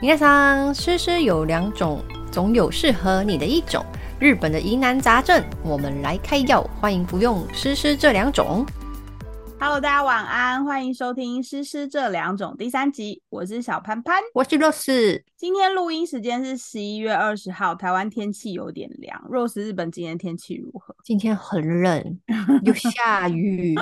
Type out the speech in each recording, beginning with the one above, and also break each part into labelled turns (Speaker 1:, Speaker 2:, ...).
Speaker 1: 皆さん，诗诗有两种，总有适合你的一种。日本的疑难杂症，我们来开药，欢迎服用诗诗这两种。
Speaker 2: Hello，大家晚安，欢迎收听《诗诗这两种》第三集，我是小潘潘。
Speaker 1: 我是 Rose，
Speaker 2: 今天录音时间是十一月二十号，台湾天气有点凉。Rose，日本今天天气如何？
Speaker 1: 今天很 冷，又下雨，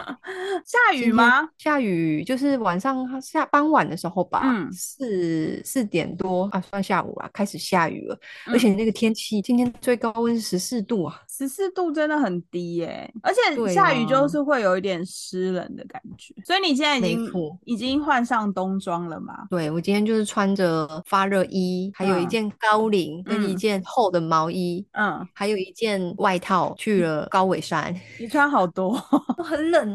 Speaker 2: 下雨吗？？
Speaker 1: 下雨就是晚上下傍晚的时候吧，
Speaker 2: 嗯
Speaker 1: 四四点多啊，算下午啊，开始下雨了，而
Speaker 2: 嗯
Speaker 1: 且那个天气今天最高温十四度啊，
Speaker 2: 十四度真的很低耶、而且
Speaker 1: 对
Speaker 2: 下雨
Speaker 1: 啊
Speaker 2: 就是会有一点湿冷的感觉。所以你现在已
Speaker 1: 没
Speaker 2: 经
Speaker 1: 错
Speaker 2: 已经换上冬装了吗？
Speaker 1: 对，我今天就是穿着发热衣，还有一
Speaker 2: 嗯
Speaker 1: 件高领跟一
Speaker 2: 嗯
Speaker 1: 件厚的毛衣，
Speaker 2: 嗯，
Speaker 1: 还有一件外套去了高尾山，
Speaker 2: 你穿好多，
Speaker 1: 我很 冷。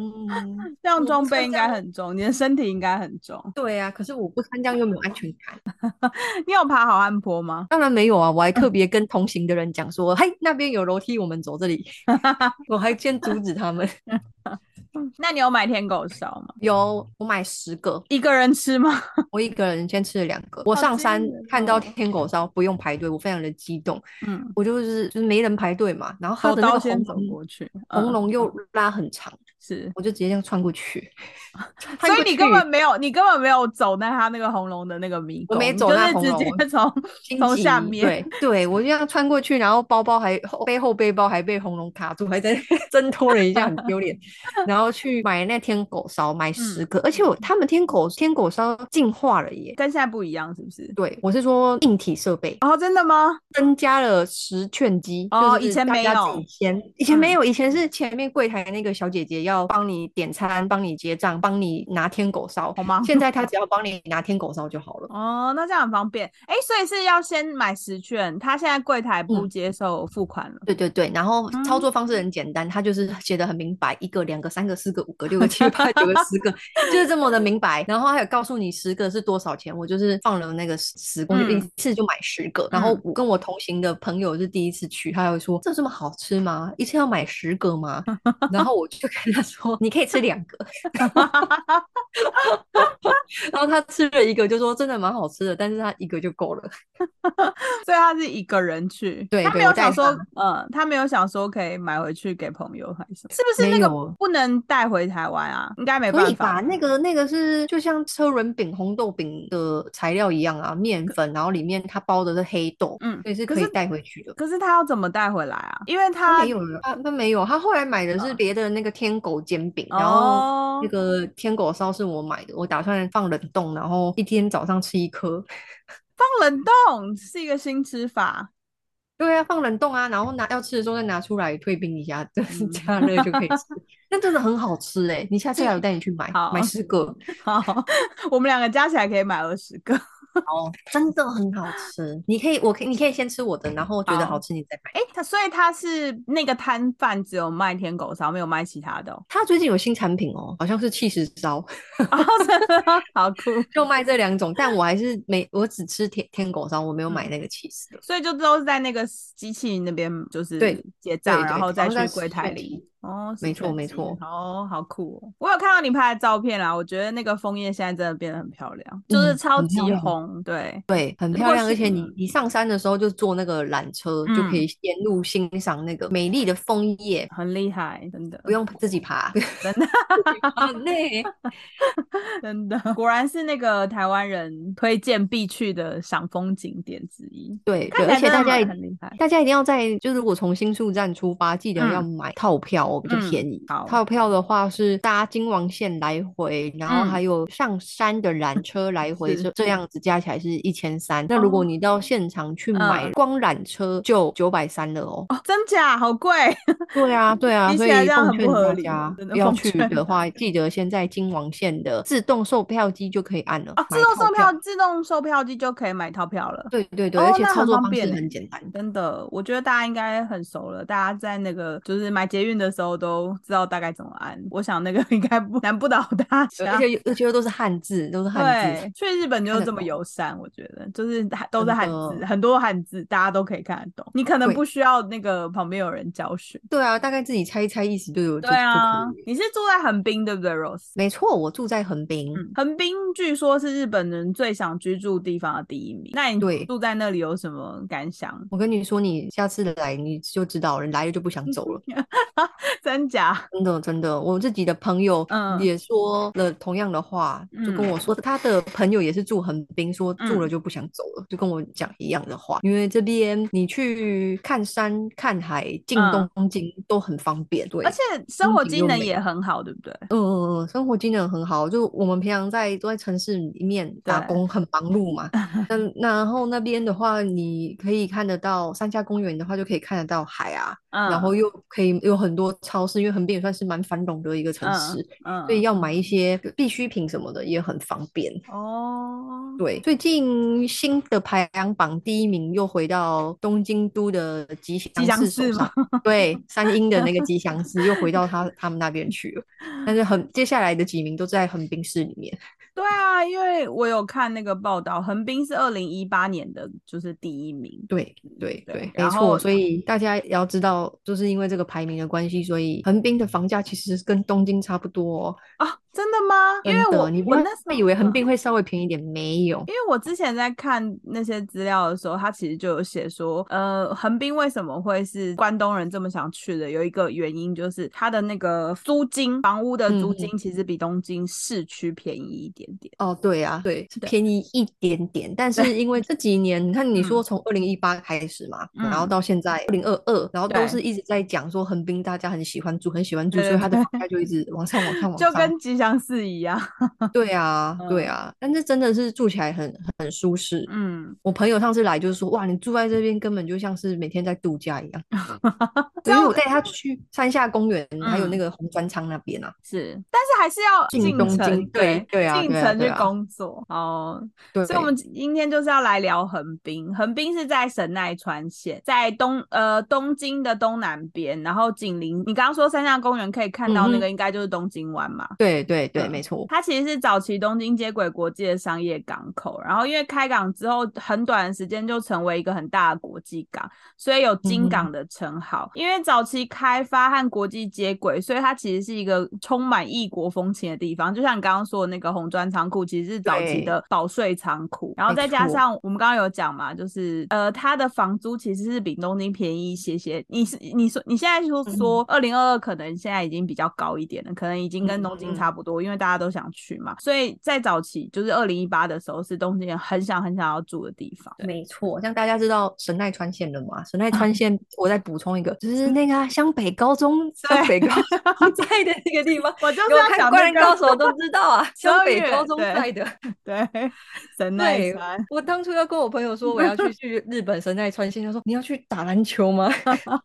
Speaker 2: 这样
Speaker 1: 我不
Speaker 2: 装
Speaker 1: 穿
Speaker 2: 备应
Speaker 1: 这
Speaker 2: 该
Speaker 1: 样
Speaker 2: 很重，你的身体应该很重。
Speaker 1: 对啊，可是我不穿这样又没有安全感。
Speaker 2: 你有爬好汉坡吗？
Speaker 1: 当然没有啊，我还
Speaker 2: 嗯
Speaker 1: 特别跟同行的人讲说，嘿，那边有楼梯，我们走这 里。我还先阻止他们。嗯
Speaker 2: 那你有买舔狗烧吗？嗯
Speaker 1: 有，我买十个，
Speaker 2: 一个人吃吗？
Speaker 1: 我一个人先吃了两个。我
Speaker 2: 好
Speaker 1: 上
Speaker 2: 惊
Speaker 1: 山
Speaker 2: 人
Speaker 1: 看到
Speaker 2: 哦
Speaker 1: 天狗烧不用排队，我非常的激动。
Speaker 2: 嗯，
Speaker 1: 我就是就是没人排队嘛，然后它
Speaker 2: 手
Speaker 1: 的那
Speaker 2: 刀
Speaker 1: 个红
Speaker 2: 先走
Speaker 1: 龙
Speaker 2: 过去，
Speaker 1: 红
Speaker 2: 嗯
Speaker 1: 龙又拉很长。
Speaker 2: 是，
Speaker 1: 我就直接这样穿过去，穿
Speaker 2: 所
Speaker 1: 过
Speaker 2: 以你根本
Speaker 1: 去
Speaker 2: 没有，你根本没有走那他那个红龙的那个迷
Speaker 1: 我
Speaker 2: 宫，
Speaker 1: 没
Speaker 2: 你
Speaker 1: 走
Speaker 2: 就
Speaker 1: 那
Speaker 2: 是
Speaker 1: 红
Speaker 2: 直
Speaker 1: 龙啊
Speaker 2: 接从
Speaker 1: 荆
Speaker 2: 从下
Speaker 1: 棘
Speaker 2: 面
Speaker 1: 对对，我就这样穿过去，然后包包还后背后背包还被红龙卡住，还在 挣脱了一下，很丢脸。然后去买那天狗烧，
Speaker 2: 嗯
Speaker 1: 买十个，而且我他们天狗天狗烧进化了耶。
Speaker 2: 跟现在不一样，是不是？
Speaker 1: 对，我是说硬体设备
Speaker 2: 哦，真的吗？
Speaker 1: 增加了十券机，
Speaker 2: 哦
Speaker 1: 就
Speaker 2: 以
Speaker 1: 是
Speaker 2: 前
Speaker 1: 大
Speaker 2: 没
Speaker 1: 家自
Speaker 2: 有
Speaker 1: 己先，以前没
Speaker 2: 嗯
Speaker 1: 有，以前是前面柜台那个小姐姐要帮你点餐、帮你结账、帮你拿天狗烧，
Speaker 2: 好吗？
Speaker 1: 现在她只要帮你拿天狗烧就好了。
Speaker 2: 哦，那这样很方便。哎，所以是要先买十券，他现在柜台不
Speaker 1: 嗯
Speaker 2: 接受付款了。
Speaker 1: 对对对，然后操
Speaker 2: 嗯
Speaker 1: 作方式很简单，它就是写的很明白，一个、两个、三个、四个、五个、六 个、七个、八个、九个、十个，就是这么的明白。然后还有告诉你十个是多少钱，我就是放了那个十十公就一
Speaker 2: 嗯
Speaker 1: 次就买十个。然后
Speaker 2: 嗯
Speaker 1: 我跟我同行的朋友是第一次去，他还会说这这么好吃吗？一次要买十个吗？然后我就跟他说你可以吃两个， 然后他吃了一个就说真的蛮好吃的，但是他一个就够了。
Speaker 2: 所以他是一个人去，
Speaker 1: 对
Speaker 2: 他
Speaker 1: 对
Speaker 2: 没有
Speaker 1: 我带
Speaker 2: 想说
Speaker 1: 他，
Speaker 2: 嗯，他没有想说可以买回去给朋友还是什么？是不是
Speaker 1: 没
Speaker 2: 那个
Speaker 1: 有
Speaker 2: 不能带回台湾啊？应该没
Speaker 1: 可以
Speaker 2: 办
Speaker 1: 吧？
Speaker 2: 法。
Speaker 1: 那个那个是就像车轮饼、红豆饼的材料一样啊，面粉，然后里面它包的是黑豆，
Speaker 2: 嗯
Speaker 1: 所以是
Speaker 2: 可
Speaker 1: 可以
Speaker 2: 是
Speaker 1: 带回去的。
Speaker 2: 可是他要怎么带回来啊？因为
Speaker 1: 他
Speaker 2: 他
Speaker 1: 没有了，他他没有，他后来买的是别的那个天狗煎饼，然后
Speaker 2: 哦
Speaker 1: 那，个天狗烧是我买的，我打算放冷冻，然后一天早上吃一颗。
Speaker 2: 放冷冻是一个新吃法。
Speaker 1: 对啊，放冷冻啊，然后拿要吃的时候再拿出来退冰一下，对，
Speaker 2: 嗯
Speaker 1: 加热就可以吃。 那真的很好吃哎、你下次来我带你去买，
Speaker 2: 好
Speaker 1: 买十个，
Speaker 2: 好， 我们两个加起来可以买二十个。
Speaker 1: 哦，真的很好吃。你可以，我可以，你可以先吃我的，然后觉得好
Speaker 2: 好
Speaker 1: 吃你再买。
Speaker 2: 哎、他所以他是那个摊贩只有卖天狗烧，没有卖其他的哦、
Speaker 1: 他最近有新产品哦，好像是气势烧，
Speaker 2: 哦真的吗好酷。
Speaker 1: 就卖这两种，但我还是没，我只吃天天狗烧，我没有买
Speaker 2: 嗯
Speaker 1: 那个气势的。
Speaker 2: 所以就都是在那个机器那边，就是
Speaker 1: 对对
Speaker 2: 结账，
Speaker 1: 对，
Speaker 2: 然后再
Speaker 1: 好像在
Speaker 2: 去柜
Speaker 1: 实
Speaker 2: 台
Speaker 1: 体
Speaker 2: 领。
Speaker 1: 店。
Speaker 2: 哦，
Speaker 1: 没错没错
Speaker 2: 哦，好酷哦！我有看到你拍的照片啊啦，我觉得那个枫叶现在真的变得很漂亮，就是
Speaker 1: 嗯
Speaker 2: 超
Speaker 1: 很漂
Speaker 2: 级
Speaker 1: 亮
Speaker 2: 红，对，
Speaker 1: 对，很
Speaker 2: 如
Speaker 1: 漂
Speaker 2: 果
Speaker 1: 亮，而
Speaker 2: 是
Speaker 1: 且你
Speaker 2: 嗯
Speaker 1: 你上山的时候就坐那个缆车，就可以沿路欣赏那个美丽的枫叶，
Speaker 2: 很厉害，真的
Speaker 1: 不，用自己爬，
Speaker 2: 真的，
Speaker 1: 很累。
Speaker 2: 真的，果然是那个台湾人推荐必去的赏风景点之一。
Speaker 1: 对
Speaker 2: 看
Speaker 1: 对，而
Speaker 2: 起来
Speaker 1: 且
Speaker 2: 真的
Speaker 1: 大家
Speaker 2: 蛮
Speaker 1: 一
Speaker 2: 很厉害。
Speaker 1: 大家一定要在，就如果从新宿站出发，记得要
Speaker 2: 嗯
Speaker 1: 买套票哦，比较
Speaker 2: 嗯
Speaker 1: 便宜。
Speaker 2: 好
Speaker 1: 套票的话是搭京王线来回，然后还有上山的缆车来回，
Speaker 2: 嗯是
Speaker 1: 这这样子加起来是一千三。那如果
Speaker 2: 哦
Speaker 1: 你到现场去
Speaker 2: 嗯
Speaker 1: 买，光缆车就九百三了哦。
Speaker 2: 哦，真假 好贵，
Speaker 1: 对啊，对 啊，
Speaker 2: 比
Speaker 1: 所
Speaker 2: 起来
Speaker 1: 以
Speaker 2: 这样
Speaker 1: 奉
Speaker 2: 很不
Speaker 1: 劝
Speaker 2: 合
Speaker 1: 大
Speaker 2: 理
Speaker 1: 家
Speaker 2: 真的
Speaker 1: 要
Speaker 2: 奉
Speaker 1: 去
Speaker 2: 劝
Speaker 1: 的
Speaker 2: 大
Speaker 1: 话，记得先在京王线的自动售票机就可以按了，
Speaker 2: 哦，自
Speaker 1: 买
Speaker 2: 动
Speaker 1: 套
Speaker 2: 售票、自动售票机就可以买套票了。
Speaker 1: 对对对，
Speaker 2: 哦
Speaker 1: 而且
Speaker 2: 那
Speaker 1: 操
Speaker 2: 很
Speaker 1: 作
Speaker 2: 方
Speaker 1: 方
Speaker 2: 便
Speaker 1: 式
Speaker 2: 欸
Speaker 1: 很简单。
Speaker 2: 真的，我觉得大家应该很熟了。大家在那个就是买捷运的时时候都知道大概怎么按。我想那个 应该不难不倒大
Speaker 1: 而
Speaker 2: 家。
Speaker 1: 且而且又都是汉字，都是汉字
Speaker 2: 啊对，，去日本就是
Speaker 1: 看得
Speaker 2: 这么
Speaker 1: 懂
Speaker 2: 友善，我觉得就是还都是
Speaker 1: 真
Speaker 2: 汉
Speaker 1: 的
Speaker 2: 字，很多汉字大家都可以看得懂，你可能
Speaker 1: 对
Speaker 2: 不需要那个旁边有人教学。
Speaker 1: 对啊，大概自己猜一猜意思就有就
Speaker 2: 对啊
Speaker 1: 就可以，了。
Speaker 2: 你是住在横滨对不对，Rose？
Speaker 1: 没错，我住在横滨，
Speaker 2: 嗯，横滨据说是日本人最想居住地方的第一名。那你
Speaker 1: 对
Speaker 2: 住在那里有什么感想？
Speaker 1: 我跟你说，你下次来你就知道了，你来了就不想走 了。
Speaker 2: 真假？
Speaker 1: 真的，真的，我自己的朋友
Speaker 2: 嗯
Speaker 1: 也说了同样的话，就跟
Speaker 2: 嗯
Speaker 1: 我说，他的朋友也是住横滨，说住了就不想走了，就跟我讲一样的话。因为这边你去看山、看海、进
Speaker 2: 嗯
Speaker 1: 东京都很方便，对，
Speaker 2: 而且生活
Speaker 1: 景
Speaker 2: 机
Speaker 1: 又
Speaker 2: 能
Speaker 1: 美
Speaker 2: 也很好，对不对？
Speaker 1: 嗯嗯嗯，生活机能很好。就我们平常在都在城市里面打
Speaker 2: 对
Speaker 1: 工，很忙碌嘛。那然后那边的话，你可以看得到三峡公园的话，就可以看得到海啊，
Speaker 2: 嗯，
Speaker 1: 然后又可以有很多超市，因为横滨也算是蛮繁荣的一个城市，
Speaker 2: 嗯，
Speaker 1: 所以要买一些必需品什么的也很方便。
Speaker 2: 哦，
Speaker 1: 对，最近新的排行榜第一名又回到东京都的吉
Speaker 2: 吉
Speaker 1: 祥
Speaker 2: 祥
Speaker 1: 寺手
Speaker 2: 寺
Speaker 1: 上
Speaker 2: 吗，？
Speaker 1: 对，三英的那 个吉祥寺又回到他他们那边去了。但是很接下来的几名都在横滨市里面。
Speaker 2: 对啊，因为我有看那个报道，横滨是二零一八年的，就是第一名。
Speaker 1: 对对
Speaker 2: 对
Speaker 1: 对，没
Speaker 2: 然后
Speaker 1: 错。所以大家也要知道，就是因为这个排名的关系，所以横滨的房价其实跟东京差不多哦。
Speaker 2: 啊，真的吗？因
Speaker 1: 真
Speaker 2: 为
Speaker 1: 的，
Speaker 2: 我
Speaker 1: 你不
Speaker 2: 我
Speaker 1: 要
Speaker 2: 那时候
Speaker 1: 以为横
Speaker 2: 嗯
Speaker 1: 滨会稍微便宜一点，没有。
Speaker 2: 因为我之前在看那些资料的时候，他其实就有写说，呃，横滨为什么会是关东人这么想去的？有一个原因就是它的那个租金，房屋的
Speaker 1: 嗯
Speaker 2: 租
Speaker 1: 嗯
Speaker 2: 金其实比东京市区便宜一点点。
Speaker 1: 哦，对啊，对，是
Speaker 2: 对
Speaker 1: 便宜一点点，但
Speaker 2: 对
Speaker 1: 是因为这几年，你看你说
Speaker 2: 嗯
Speaker 1: 从二零一八开始嘛，然后
Speaker 2: 嗯
Speaker 1: 到现在二零二二，然后都
Speaker 2: 对
Speaker 1: 是一直在讲说横滨大家很喜欢住，很喜欢住，
Speaker 2: 对
Speaker 1: 所以
Speaker 2: 对
Speaker 1: 它的房价就一直往上往上往
Speaker 2: 就
Speaker 1: 上。
Speaker 2: 跟吉祥寺一样，
Speaker 1: 对啊，对
Speaker 2: 嗯
Speaker 1: 啊，但是真的是住起来很很舒适。
Speaker 2: 嗯，
Speaker 1: 我朋友上次来就是说，哇，你住在这边根本就像是每天在度假 一样。
Speaker 2: 这
Speaker 1: 因为
Speaker 2: 样
Speaker 1: 我带他去山下公园，还有那
Speaker 2: 嗯
Speaker 1: 个红砖仓那边啊，
Speaker 2: 是，但是还是要
Speaker 1: 进
Speaker 2: 进
Speaker 1: 东
Speaker 2: 城，
Speaker 1: 京
Speaker 2: 对
Speaker 1: 对对啊
Speaker 2: 进
Speaker 1: 对啊
Speaker 2: 城
Speaker 1: 对
Speaker 2: 去
Speaker 1: 啊
Speaker 2: 工作哦。
Speaker 1: 对，
Speaker 2: 所以，我们今天就是要来聊横滨。横滨是在神奈川县，在东呃东京的东南边，然后紧邻你刚刚说三峡公园可以看到
Speaker 1: 嗯
Speaker 2: 那
Speaker 1: 哼
Speaker 2: 个，应该就是东京湾嘛。
Speaker 1: 对对对，
Speaker 2: 嗯
Speaker 1: 没错。
Speaker 2: 它其实是早期东京接轨国际的商业港口，然后因为开港之后很短的时间就成为一个很大的国际港，所以有
Speaker 1: 嗯
Speaker 2: 金港的称号。因为早期开发和国际接轨，所以它其实是一个充满异国风情的地方。就像你刚刚说的那个红砖仓库，其实是早期
Speaker 1: 对
Speaker 2: 的保税仓库，然后再
Speaker 1: 没
Speaker 2: 加
Speaker 1: 错
Speaker 2: 上我们刚刚有讲嘛，就是呃，它的房租其实是比东京便宜一些些。你是你说你现在说
Speaker 1: 嗯
Speaker 2: 说二零二二可能现在已经比较高一点了，可能已经跟
Speaker 1: 嗯
Speaker 2: 东京
Speaker 1: 嗯
Speaker 2: 差不多，因为大家都想去嘛。所以在早期就是二零一八的时候，是东京人很想很想要住的地方。
Speaker 1: 没错，像大家知道神奈川县的嘛，神奈川县，我再补充一个，就是那个啊湘北高中，湘北高中 在的那个地方，
Speaker 2: 我就是
Speaker 1: 有
Speaker 2: 要
Speaker 1: 看
Speaker 2: 讲
Speaker 1: 《灌
Speaker 2: 那
Speaker 1: 篮高
Speaker 2: 个，
Speaker 1: 手》都知道啊，湘北
Speaker 2: 月
Speaker 1: 高中
Speaker 2: 对
Speaker 1: 在的。
Speaker 2: 对，神奈
Speaker 1: 对
Speaker 2: 川，
Speaker 1: 我当初要跟我朋友说我要 去去日本神奈川县，他说你要去打篮球吗？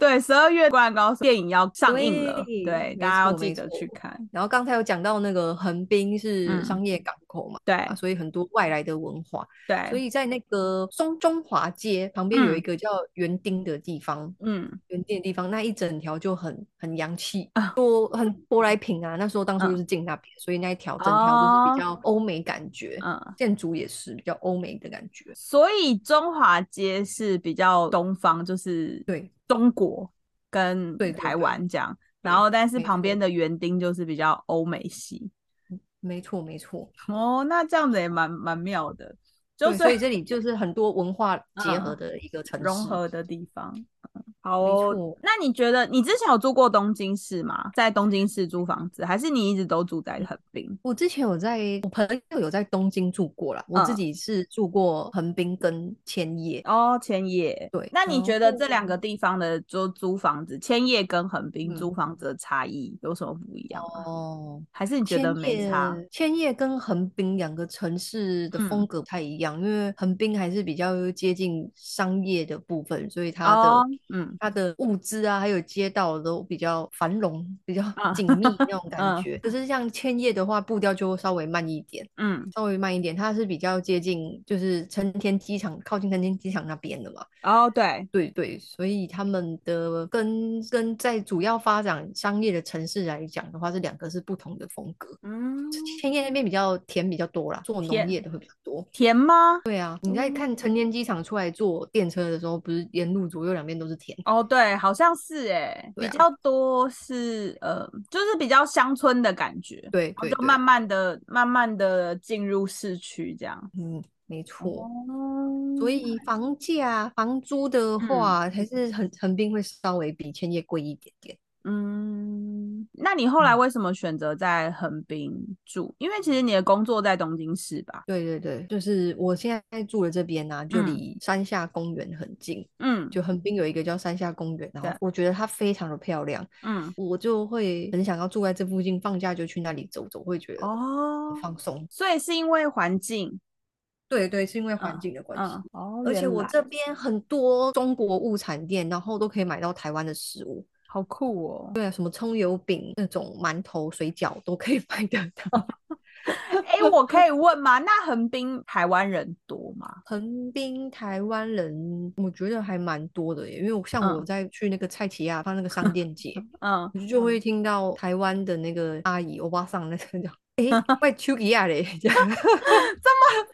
Speaker 2: 对，十二月《灌篮高手》电影要上映了，
Speaker 1: 对
Speaker 2: 对，
Speaker 1: 没
Speaker 2: 大家要
Speaker 1: 错
Speaker 2: 记
Speaker 1: 没
Speaker 2: 得去
Speaker 1: 错
Speaker 2: 看。
Speaker 1: 然后刚才有讲到那个横滨是
Speaker 2: 嗯
Speaker 1: 商业港口嘛，
Speaker 2: 对
Speaker 1: 啊，所以很多外来的文化，所
Speaker 2: 对，
Speaker 1: 以在那个中中华街旁边有
Speaker 2: 嗯
Speaker 1: 一个叫园丁的地方，
Speaker 2: 嗯。
Speaker 1: 原定的地方，那一整条就很很洋气
Speaker 2: 啊，
Speaker 1: 多很舶来品啊。那时候当初
Speaker 2: 嗯哦
Speaker 1: 就是进那边，所以那一条整条就是比较欧美感觉，
Speaker 2: 嗯
Speaker 1: 建筑也是比较欧美的感觉，。
Speaker 2: 所以中华街是比较东方，就是
Speaker 1: 对
Speaker 2: 中国跟
Speaker 1: 对对
Speaker 2: 台
Speaker 1: 对
Speaker 2: 湾这样。
Speaker 1: 对
Speaker 2: 然后，但是
Speaker 1: 没
Speaker 2: 旁边
Speaker 1: 错
Speaker 2: 的园丁就是比较欧美系
Speaker 1: 没错没错。
Speaker 2: 哦，那这样子也蛮蛮妙的，就
Speaker 1: 对，所以
Speaker 2: 是
Speaker 1: 这里就是很多文化结合
Speaker 2: 嗯
Speaker 1: 的一个城市。
Speaker 2: 融合的地方。嗯好
Speaker 1: 没
Speaker 2: 哦
Speaker 1: 错，
Speaker 2: 那你觉得你之前有住过东京市吗？在东京市租房子，还是你一直都住在横滨？
Speaker 1: 我之前有在，我朋友有在东京住过啦，我自
Speaker 2: 嗯
Speaker 1: 己是住过横滨跟千哦叶。
Speaker 2: 哦，千叶。
Speaker 1: 对
Speaker 2: 那你
Speaker 1: 然
Speaker 2: 觉得这两
Speaker 1: 后
Speaker 2: 个地方的租租房子，千叶跟横滨
Speaker 1: 嗯
Speaker 2: 租房子的差异有什么不一样吗？
Speaker 1: 哦，
Speaker 2: 还是你觉
Speaker 1: 千
Speaker 2: 得没差？
Speaker 1: 叶，千叶跟横滨两个城市的风
Speaker 2: 嗯
Speaker 1: 格不太一样，因为横滨还是比较接近商业的部分，所以它的、
Speaker 2: 哦，嗯
Speaker 1: 它的物资啊，还有街道都比较繁荣，比较
Speaker 2: 啊
Speaker 1: 紧密 那种感
Speaker 2: 嗯
Speaker 1: 觉。可是像千叶的话，步调就稍微慢一点，
Speaker 2: 嗯
Speaker 1: 稍微慢一点，它是比较接近就是成田机场，靠近成田机场那边的嘛，
Speaker 2: 哦，对，
Speaker 1: 对对，所以他们的跟跟在主要发展商业的城市来讲的话，这两个是不同的风格。
Speaker 2: 嗯，
Speaker 1: 千叶那边比较田比较多啦，做农
Speaker 2: 田哦
Speaker 1: 业的会比较多。
Speaker 2: 甜吗？
Speaker 1: 对啊，你在看成田机场出来坐电车的时候，不是沿路左右两边都是田。
Speaker 2: 哦，对，好像是哎、
Speaker 1: 对
Speaker 2: 比
Speaker 1: 啊
Speaker 2: 较多是呃，就是比较乡村的感觉，
Speaker 1: 对
Speaker 2: 然后
Speaker 1: 对
Speaker 2: 哦就
Speaker 1: 对，
Speaker 2: 慢慢的、慢慢的进入市区这样。
Speaker 1: 嗯，没错。
Speaker 2: 哦
Speaker 1: 所以房价、房租
Speaker 2: 嗯
Speaker 1: 的话，还是很横滨会稍微比千叶贵一点点。
Speaker 2: 嗯，那你后来
Speaker 1: 嗯
Speaker 2: 为什么选择在横滨住？因为其实你的工作在东京市吧？
Speaker 1: 对对对，就是我现在住的这边呢、就
Speaker 2: 嗯
Speaker 1: 离山下公园很近，
Speaker 2: 嗯
Speaker 1: 就横滨有一个叫山下公园，然后
Speaker 2: 对
Speaker 1: 我觉得它非常的漂亮，
Speaker 2: 嗯，
Speaker 1: 我就会很想要住在这附近，放假就去那里走走，会觉得很
Speaker 2: 哦，
Speaker 1: 放松。
Speaker 2: 所以是因为环境，
Speaker 1: 对对，是因为环
Speaker 2: 嗯
Speaker 1: 境的关系。
Speaker 2: 嗯，哦，
Speaker 1: 而且
Speaker 2: 原
Speaker 1: 我
Speaker 2: 来
Speaker 1: 这边很多中国物产店，然后都可以买到台湾的食物，
Speaker 2: 好酷哦。
Speaker 1: 对啊，什么葱油饼、那种馒头、水饺都可以 买得
Speaker 2: 嗯
Speaker 1: 到。
Speaker 2: 哎，我可以问吗？那横滨台湾人多吗？
Speaker 1: 横滨台湾人，我觉得还蛮多的耶，因为我像我
Speaker 2: 嗯
Speaker 1: 在去那个菜奇亚，他那个商店 街，
Speaker 2: 嗯，
Speaker 1: 我就会听到台湾的那个阿姨、欧巴桑那个叫， 哎，卖丘吉亚嘞，这样。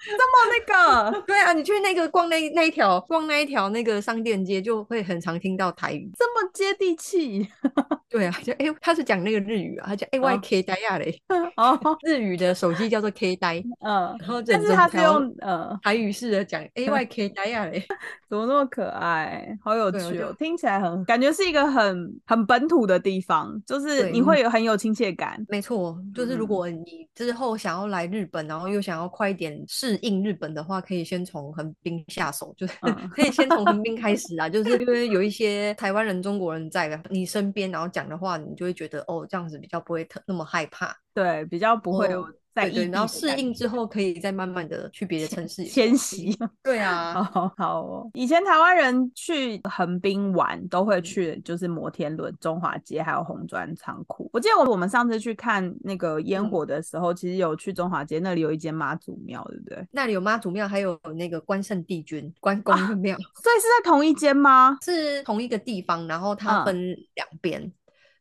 Speaker 2: 这么那个，
Speaker 1: 对啊，你去那个逛那那一条逛那一条那个商店街，就会很常听到台语。
Speaker 2: 这么接地气
Speaker 1: 对啊，就哎、欸他是讲那个日语啊，他讲哎
Speaker 2: 哦
Speaker 1: Y K 呆呀嘞，
Speaker 2: 哦，
Speaker 1: 日语的手机叫做 K 呆，
Speaker 2: 嗯，
Speaker 1: 然后
Speaker 2: 但
Speaker 1: 整
Speaker 2: 是
Speaker 1: 整
Speaker 2: 他是
Speaker 1: 条
Speaker 2: 用呃，
Speaker 1: 台语式的讲 A Y K 呆呀嘞，
Speaker 2: 怎么那么可爱，好有
Speaker 1: 对我
Speaker 2: 趣哦，
Speaker 1: 就
Speaker 2: 听起来很感觉是一个很很本土的地方，就是
Speaker 1: 对
Speaker 2: 你
Speaker 1: 嗯
Speaker 2: 会有很有亲切感。
Speaker 1: 没错，就是如
Speaker 2: 嗯
Speaker 1: 果你之后想要来日本，然后又想要快一点适应日本的话，可以先从横滨下手，就是
Speaker 2: 嗯
Speaker 1: 可以先从横滨 开始啊，就是因为有一些台湾人、中国人在啊你身边，然后讲的话，你就会觉得哦，这样子比较不会特那么害怕。
Speaker 2: 对，比较不会
Speaker 1: 哦
Speaker 2: 有在
Speaker 1: 对
Speaker 2: 异
Speaker 1: 对，
Speaker 2: 地
Speaker 1: 然后
Speaker 2: 的
Speaker 1: 适
Speaker 2: 感
Speaker 1: 应之
Speaker 2: 觉
Speaker 1: 后，可以再慢慢的去别的城市也是
Speaker 2: 迁
Speaker 1: 可以。
Speaker 2: 徙。
Speaker 1: 对 啊，
Speaker 2: 好 好哦，以前台湾人去横滨玩都
Speaker 1: 嗯
Speaker 2: 会去，就是摩天轮、中华街还有红砖仓库。我记得我们上次去看那个烟
Speaker 1: 嗯
Speaker 2: 火的时候，其实有去中华街，那里有一间妈祖庙，对不对？
Speaker 1: 那里有妈祖庙，还有那个关圣帝君、关公的庙，
Speaker 2: 所以是在同一间吗？
Speaker 1: 是同一个地方，然后它
Speaker 2: 嗯
Speaker 1: 分两边，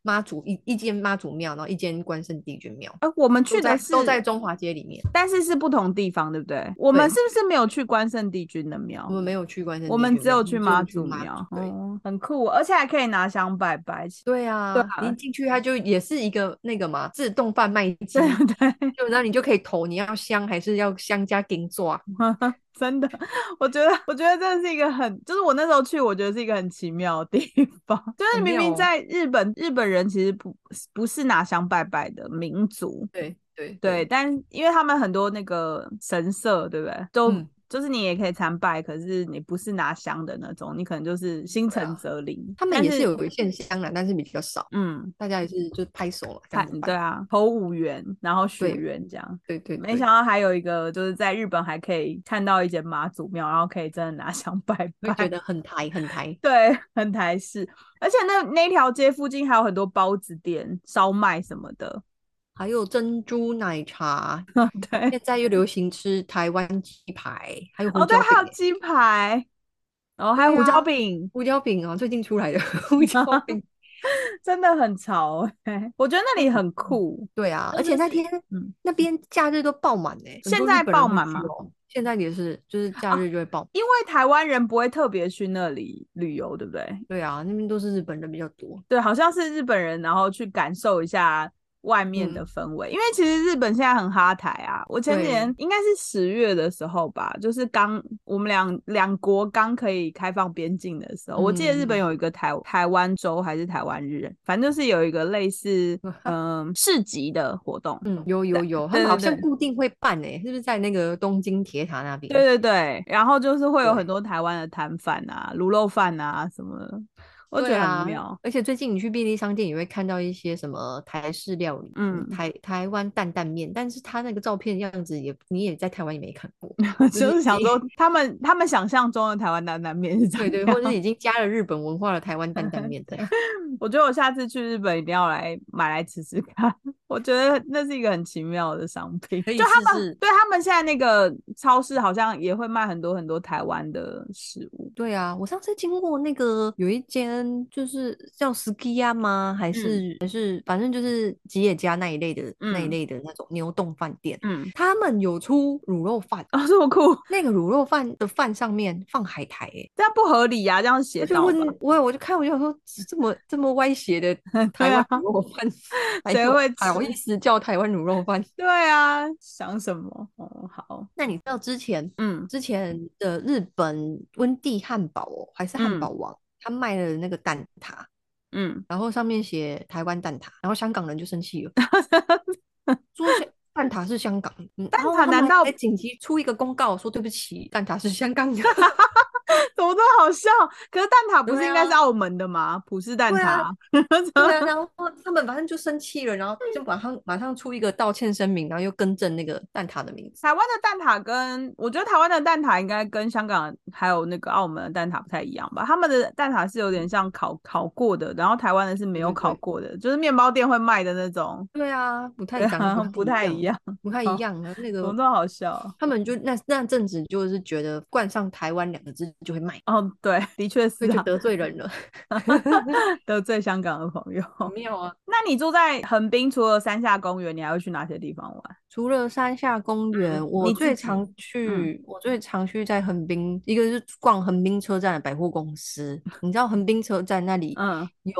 Speaker 1: 妈、祖一一间妈祖庙，然后一间关圣帝君庙，
Speaker 2: 呃，我们
Speaker 1: 都
Speaker 2: 去
Speaker 1: 在
Speaker 2: 的是
Speaker 1: 都在中华街里面。
Speaker 2: 但是是不同地方，对不对？我们是不是没有去关圣帝君的庙
Speaker 1: 我？们没有去关圣帝君庙，
Speaker 2: 哦我们只有去妈
Speaker 1: 祖
Speaker 2: 祖庙，
Speaker 1: 对、
Speaker 2: 哦，很酷，而且还可以拿香拜拜。
Speaker 1: 对啊，
Speaker 2: 对啊
Speaker 1: 你一进去它就也是一个那个嘛，自动贩卖机。
Speaker 2: 对 对，
Speaker 1: 就那你就可以投你要香还是要香加金抓，
Speaker 2: 真的，我觉得，我觉得真的是一个很，就是我那时候去，我觉得是一个很奇妙的地方， 就是
Speaker 1: 很
Speaker 2: 明
Speaker 1: 妙
Speaker 2: 明
Speaker 1: 哦
Speaker 2: 在日本，日本人其实不不是拿香拜拜的民族，
Speaker 1: 对对
Speaker 2: 对，，但因为他们很多那个神社，对不对？都、
Speaker 1: 嗯
Speaker 2: 就是你也可以参拜，可是你不是拿香的那种，你可能就是心
Speaker 1: 对啊
Speaker 2: 诚则灵。
Speaker 1: 他们
Speaker 2: 但
Speaker 1: 也是有一线香啦，但是比较少，
Speaker 2: 嗯，
Speaker 1: 大家也是就拍手嘛，这
Speaker 2: 看
Speaker 1: 样子
Speaker 2: 对
Speaker 1: 拜，
Speaker 2: 啊，投五元，然后许
Speaker 1: 对
Speaker 2: 愿这样。
Speaker 1: 对对
Speaker 2: 没
Speaker 1: 对
Speaker 2: 想到还有一个就是在日本还可以看到一间妈祖庙，然后可以真的拿 香拜
Speaker 1: 会觉
Speaker 2: 拜，
Speaker 1: 得很台很台。
Speaker 2: 对，很台式。而且那那条街附近还有很多包子店、烧麦什么的，
Speaker 1: 还有珍珠奶茶，
Speaker 2: 对。
Speaker 1: 现在又流行吃台湾鸡排，还有胡
Speaker 2: 哦，对，
Speaker 1: 椒饼
Speaker 2: 还有
Speaker 1: 欸，
Speaker 2: 鸡排，然后还有
Speaker 1: 对
Speaker 2: 胡椒
Speaker 1: 啊
Speaker 2: 饼，
Speaker 1: 胡椒饼啊，最近出来的胡椒饼。
Speaker 2: 真的很潮哎、 我觉得那里很酷。
Speaker 1: 对啊，
Speaker 2: 真
Speaker 1: 而且
Speaker 2: 的
Speaker 1: 那
Speaker 2: 是
Speaker 1: 天
Speaker 2: 嗯
Speaker 1: 那边假日都爆满哎，很
Speaker 2: 现
Speaker 1: 多
Speaker 2: 在
Speaker 1: 日本
Speaker 2: 爆
Speaker 1: 人会
Speaker 2: 满
Speaker 1: 去
Speaker 2: 吗
Speaker 1: 哦。现在也是，就是假
Speaker 2: 啊
Speaker 1: 日就会爆。
Speaker 2: 因为台湾人不会特别去那里旅游，对不对？
Speaker 1: 对啊，那边都是日本人比较多。
Speaker 2: 对，好像是日本人，然后去感受一下外面的
Speaker 1: 嗯
Speaker 2: 氛围。因为其实日本现在很哈台啊，我前几
Speaker 1: 对
Speaker 2: 年应该是十月的时候吧，就是刚我们两两国刚可以开放边境的时候，我记得日本
Speaker 1: 嗯
Speaker 2: 有一个台台湾州还是台湾日，反正就是有一个 类似嗯、市集的活动。
Speaker 1: 嗯，有有有，他
Speaker 2: 对
Speaker 1: 们好
Speaker 2: 对
Speaker 1: 像
Speaker 2: 对
Speaker 1: 固定会办哎，是不是在那个东京铁塔那边？
Speaker 2: 对对对，然后就是会有
Speaker 1: 对
Speaker 2: 很多台湾的摊贩啊、卤肉饭啊什么的，我觉
Speaker 1: 对
Speaker 2: 得
Speaker 1: 啊
Speaker 2: 很妙。
Speaker 1: 而且最近你去便利商店也会看到一些什么台式料理，
Speaker 2: 嗯
Speaker 1: 台台湾担担面，但是他那个照片样子也你也在台湾也没看过，就
Speaker 2: 就是是
Speaker 1: 已
Speaker 2: 想
Speaker 1: 经
Speaker 2: 说，他们他们想象中的台湾担担面是这
Speaker 1: 对
Speaker 2: 样，
Speaker 1: 对，或者是已经加了日本文化的台湾担担面这样，
Speaker 2: 我觉得我下次去日本一定要来买来吃吃看，我觉得那是一个很奇妙的商品。
Speaker 3: 可以
Speaker 2: 就他
Speaker 3: 试
Speaker 2: 们
Speaker 3: 试
Speaker 2: 对他们现在那个超市好像也会卖很多很多台湾的食物。
Speaker 1: 对啊，我上次经过那个有一间就是叫 Skia 吗？还是、还是反正就是吉野家那一类的、那一
Speaker 2: 嗯
Speaker 1: 类的那种牛冻饭店，
Speaker 2: 嗯，
Speaker 1: 他们有出卤肉饭，
Speaker 2: 哦，这么酷，
Speaker 1: 那个卤肉饭的饭上面放海苔、欸，
Speaker 2: 这样不合理啊呀、这样
Speaker 1: 我
Speaker 2: 写
Speaker 1: 就
Speaker 2: 到吧？
Speaker 1: 问我我就看我就想说这么这么歪斜 的台湾
Speaker 2: 啊
Speaker 1: 卤肉饭， 还
Speaker 2: 谁
Speaker 1: 有
Speaker 2: 会
Speaker 1: 好
Speaker 2: 吃
Speaker 1: 意思叫台湾卤肉饭？
Speaker 2: 对啊，想什么？哦，好，
Speaker 1: 那你知道之前
Speaker 2: 嗯
Speaker 1: 之前的日本温蒂汉堡哦，还是汉
Speaker 2: 嗯
Speaker 1: 堡王，他卖了那个蛋挞，
Speaker 2: 嗯，
Speaker 1: 然后上面写台湾蛋挞，然后香港人就生气 了，说香蛋挞是香港，嗯，
Speaker 2: 蛋
Speaker 1: 然后
Speaker 2: 挞
Speaker 1: 他们
Speaker 2: 难
Speaker 1: 还
Speaker 2: 道
Speaker 1: 还紧急出一个公告说对不起，蛋挞是香港 的？
Speaker 2: 怎么都好笑。可是蛋挞不是
Speaker 1: 对
Speaker 2: 应该是
Speaker 1: 啊
Speaker 2: 澳门的吗？葡式蛋挞，
Speaker 1: 对啊对啊，然后他们反正就生气了，然后就马上马上出一个道歉声明，然后又更正那个蛋挞的名字。
Speaker 2: 台湾的蛋挞跟我觉得台湾的蛋挞应该跟香港还有那个澳门的蛋挞不太一样吧？他们的蛋挞是有点像烤烤过的，然后台湾的是没有
Speaker 1: 对对
Speaker 2: 烤
Speaker 1: 对
Speaker 2: 过的，就是面包店会卖的那种，
Speaker 1: 对啊，不太
Speaker 2: 对
Speaker 1: 长
Speaker 2: 啊
Speaker 1: 得
Speaker 2: 不太一，样，
Speaker 1: 不太
Speaker 2: 好
Speaker 1: 一样啊。那
Speaker 2: 哦怎么
Speaker 1: 个
Speaker 2: 都好笑。
Speaker 1: 他们就那那阵子就是觉得冠上“台湾”两个字就会卖，
Speaker 2: 哦，对，的确是
Speaker 1: 所以就
Speaker 2: 啊，
Speaker 1: 得罪 人了，
Speaker 2: 得罪香港的朋友。
Speaker 1: 很妙啊。
Speaker 2: 那你住在横滨，除了山下公园，你还会去哪些地方玩？
Speaker 1: 除了山下公园，
Speaker 2: 嗯
Speaker 1: 我
Speaker 2: 你自
Speaker 1: 最
Speaker 2: 己
Speaker 1: 常去，我最常去在横滨，一个是逛横滨车站的百货公司。你知道横滨车站那里
Speaker 2: 嗯，
Speaker 1: 有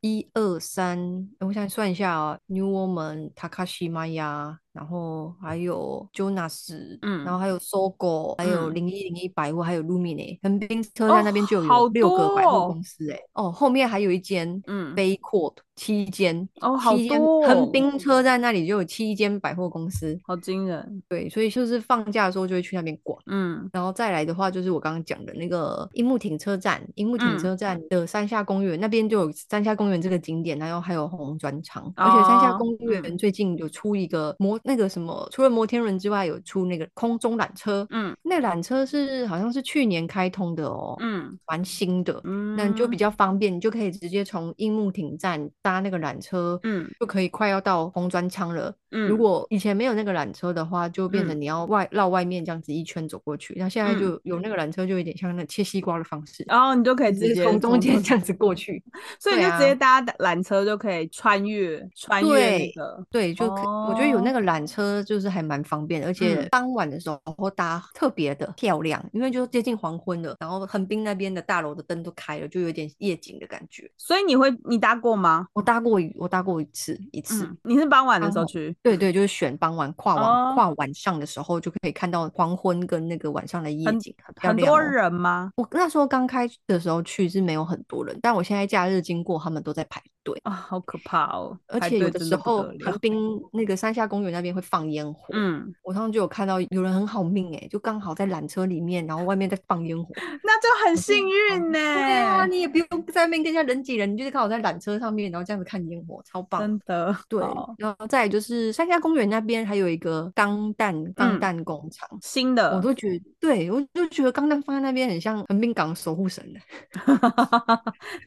Speaker 1: 一二三，我想算一下啊，New Woman、Takashima ya，然后还有 Jonas，
Speaker 2: 嗯
Speaker 1: 然后还有搜狗，还有
Speaker 2: 嗯
Speaker 1: 零一零一百货，还有 Lumine。横滨车
Speaker 2: 哦
Speaker 1: 站那边就
Speaker 2: 好
Speaker 1: 有六个百
Speaker 2: 多
Speaker 1: 货
Speaker 2: 哦
Speaker 1: 公司、欸，哎、哦，后面还有一间，
Speaker 2: 嗯
Speaker 1: ，Bay Court 七间，
Speaker 2: 哦，好
Speaker 1: 七间
Speaker 2: 多、哦
Speaker 1: 横，滨车站那里就有七间百货公司，
Speaker 2: 好惊人。
Speaker 1: 对，所以就是放假的时候就会去那边逛。
Speaker 2: 嗯
Speaker 1: 然后再来的话，就是我刚刚讲的那个樱木町车站，樱木町
Speaker 2: 嗯
Speaker 1: 车站的山下公园、那边就有山下公园这个景点，然后还有红砖厂，而且山下
Speaker 2: 哦
Speaker 1: 公园最近有出一个摩那个什么，除了摩天轮之外，有出那个空中缆车，
Speaker 2: 嗯
Speaker 1: 那缆车是好像是去年开通的哦，
Speaker 2: 嗯
Speaker 1: 蛮新的，
Speaker 2: 嗯，
Speaker 1: 那就比较方便，你就可以直接从樱木町站搭那个缆车，
Speaker 2: 嗯
Speaker 1: 就可以快要到红砖仓了。
Speaker 2: 嗯，
Speaker 1: 如果以前没有那个缆车的话，就变成
Speaker 2: 嗯
Speaker 1: 你要外绕外面这样子一圈走过去。那现在
Speaker 2: 嗯哦
Speaker 1: 就有那个缆车，就有点像那切西瓜的方式，
Speaker 2: 然后你就可以
Speaker 1: 直
Speaker 2: 直接
Speaker 1: 从中间
Speaker 2: 中
Speaker 1: 这样子过去。
Speaker 2: 所以
Speaker 1: 对
Speaker 2: 就直接
Speaker 1: 啊
Speaker 2: 搭缆车就可以穿越穿越那
Speaker 1: 对
Speaker 2: 个。
Speaker 1: 对，就可我觉得有那
Speaker 2: 哦
Speaker 1: 个缆车就是还蛮方便的，而且
Speaker 2: 嗯
Speaker 1: 傍晚的时候搭特别的漂亮，因为就接近黄昏了，然后横滨那边的大楼的灯都开了，就有点夜景的感觉。
Speaker 2: 所以你会你搭过吗？
Speaker 1: 我搭过一，我搭过一次，一次。
Speaker 2: 嗯，你是傍晚的
Speaker 1: 傍
Speaker 2: 时候
Speaker 1: 晚
Speaker 2: 去。
Speaker 1: 对对，就是选傍晚跨晚、
Speaker 2: 哦
Speaker 1: 跨晚上的时候，就可以看到黄昏跟那个晚上的夜
Speaker 2: 很
Speaker 1: 景，很漂
Speaker 2: 很
Speaker 1: 亮、
Speaker 2: 多
Speaker 1: 哦。
Speaker 2: 人吗？
Speaker 1: 我那时候刚开的时候去是没有很多人，但我现在假日经过，他们都在排队，
Speaker 2: 啊、好可怕哦！
Speaker 1: 而
Speaker 2: 排
Speaker 1: 且有
Speaker 2: 队
Speaker 1: 的
Speaker 2: 真
Speaker 1: 时
Speaker 2: 的不
Speaker 1: 候
Speaker 2: 得了
Speaker 1: 横。滨那个山下公园那边会放烟火，
Speaker 2: 嗯，
Speaker 1: 我上次就有看到有人很好命哎、就刚好在缆车里面，然后外面在放 烟火，
Speaker 2: 那就很
Speaker 1: 我就
Speaker 2: 幸
Speaker 1: 好
Speaker 2: 运呢、
Speaker 1: 对啊，
Speaker 2: 哎
Speaker 1: 你也不用在那边跟人家人挤人，你就是刚好在缆车上面，然后这样子看烟火，超棒。
Speaker 2: 真的
Speaker 1: 对
Speaker 2: 好，
Speaker 1: 然后再来就是山下公园那边还有一个钢弹钢
Speaker 2: 嗯
Speaker 1: 弹工厂，
Speaker 2: 新的，
Speaker 1: 我都觉得，对我就觉得钢弹放在那边很像横滨港守护神欸的，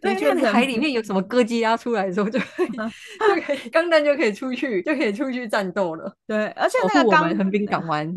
Speaker 2: 对，
Speaker 1: 就
Speaker 2: 变
Speaker 1: 是
Speaker 2: 成
Speaker 1: 海里面有什么歌姬拉啊出来的时候，就 可以就可以钢弹就可以出去，就可以出去战斗了，
Speaker 2: 对，而且
Speaker 1: 保
Speaker 2: 那
Speaker 1: 护
Speaker 2: 个
Speaker 1: 哦我
Speaker 2: 钢
Speaker 1: 们，横滨港湾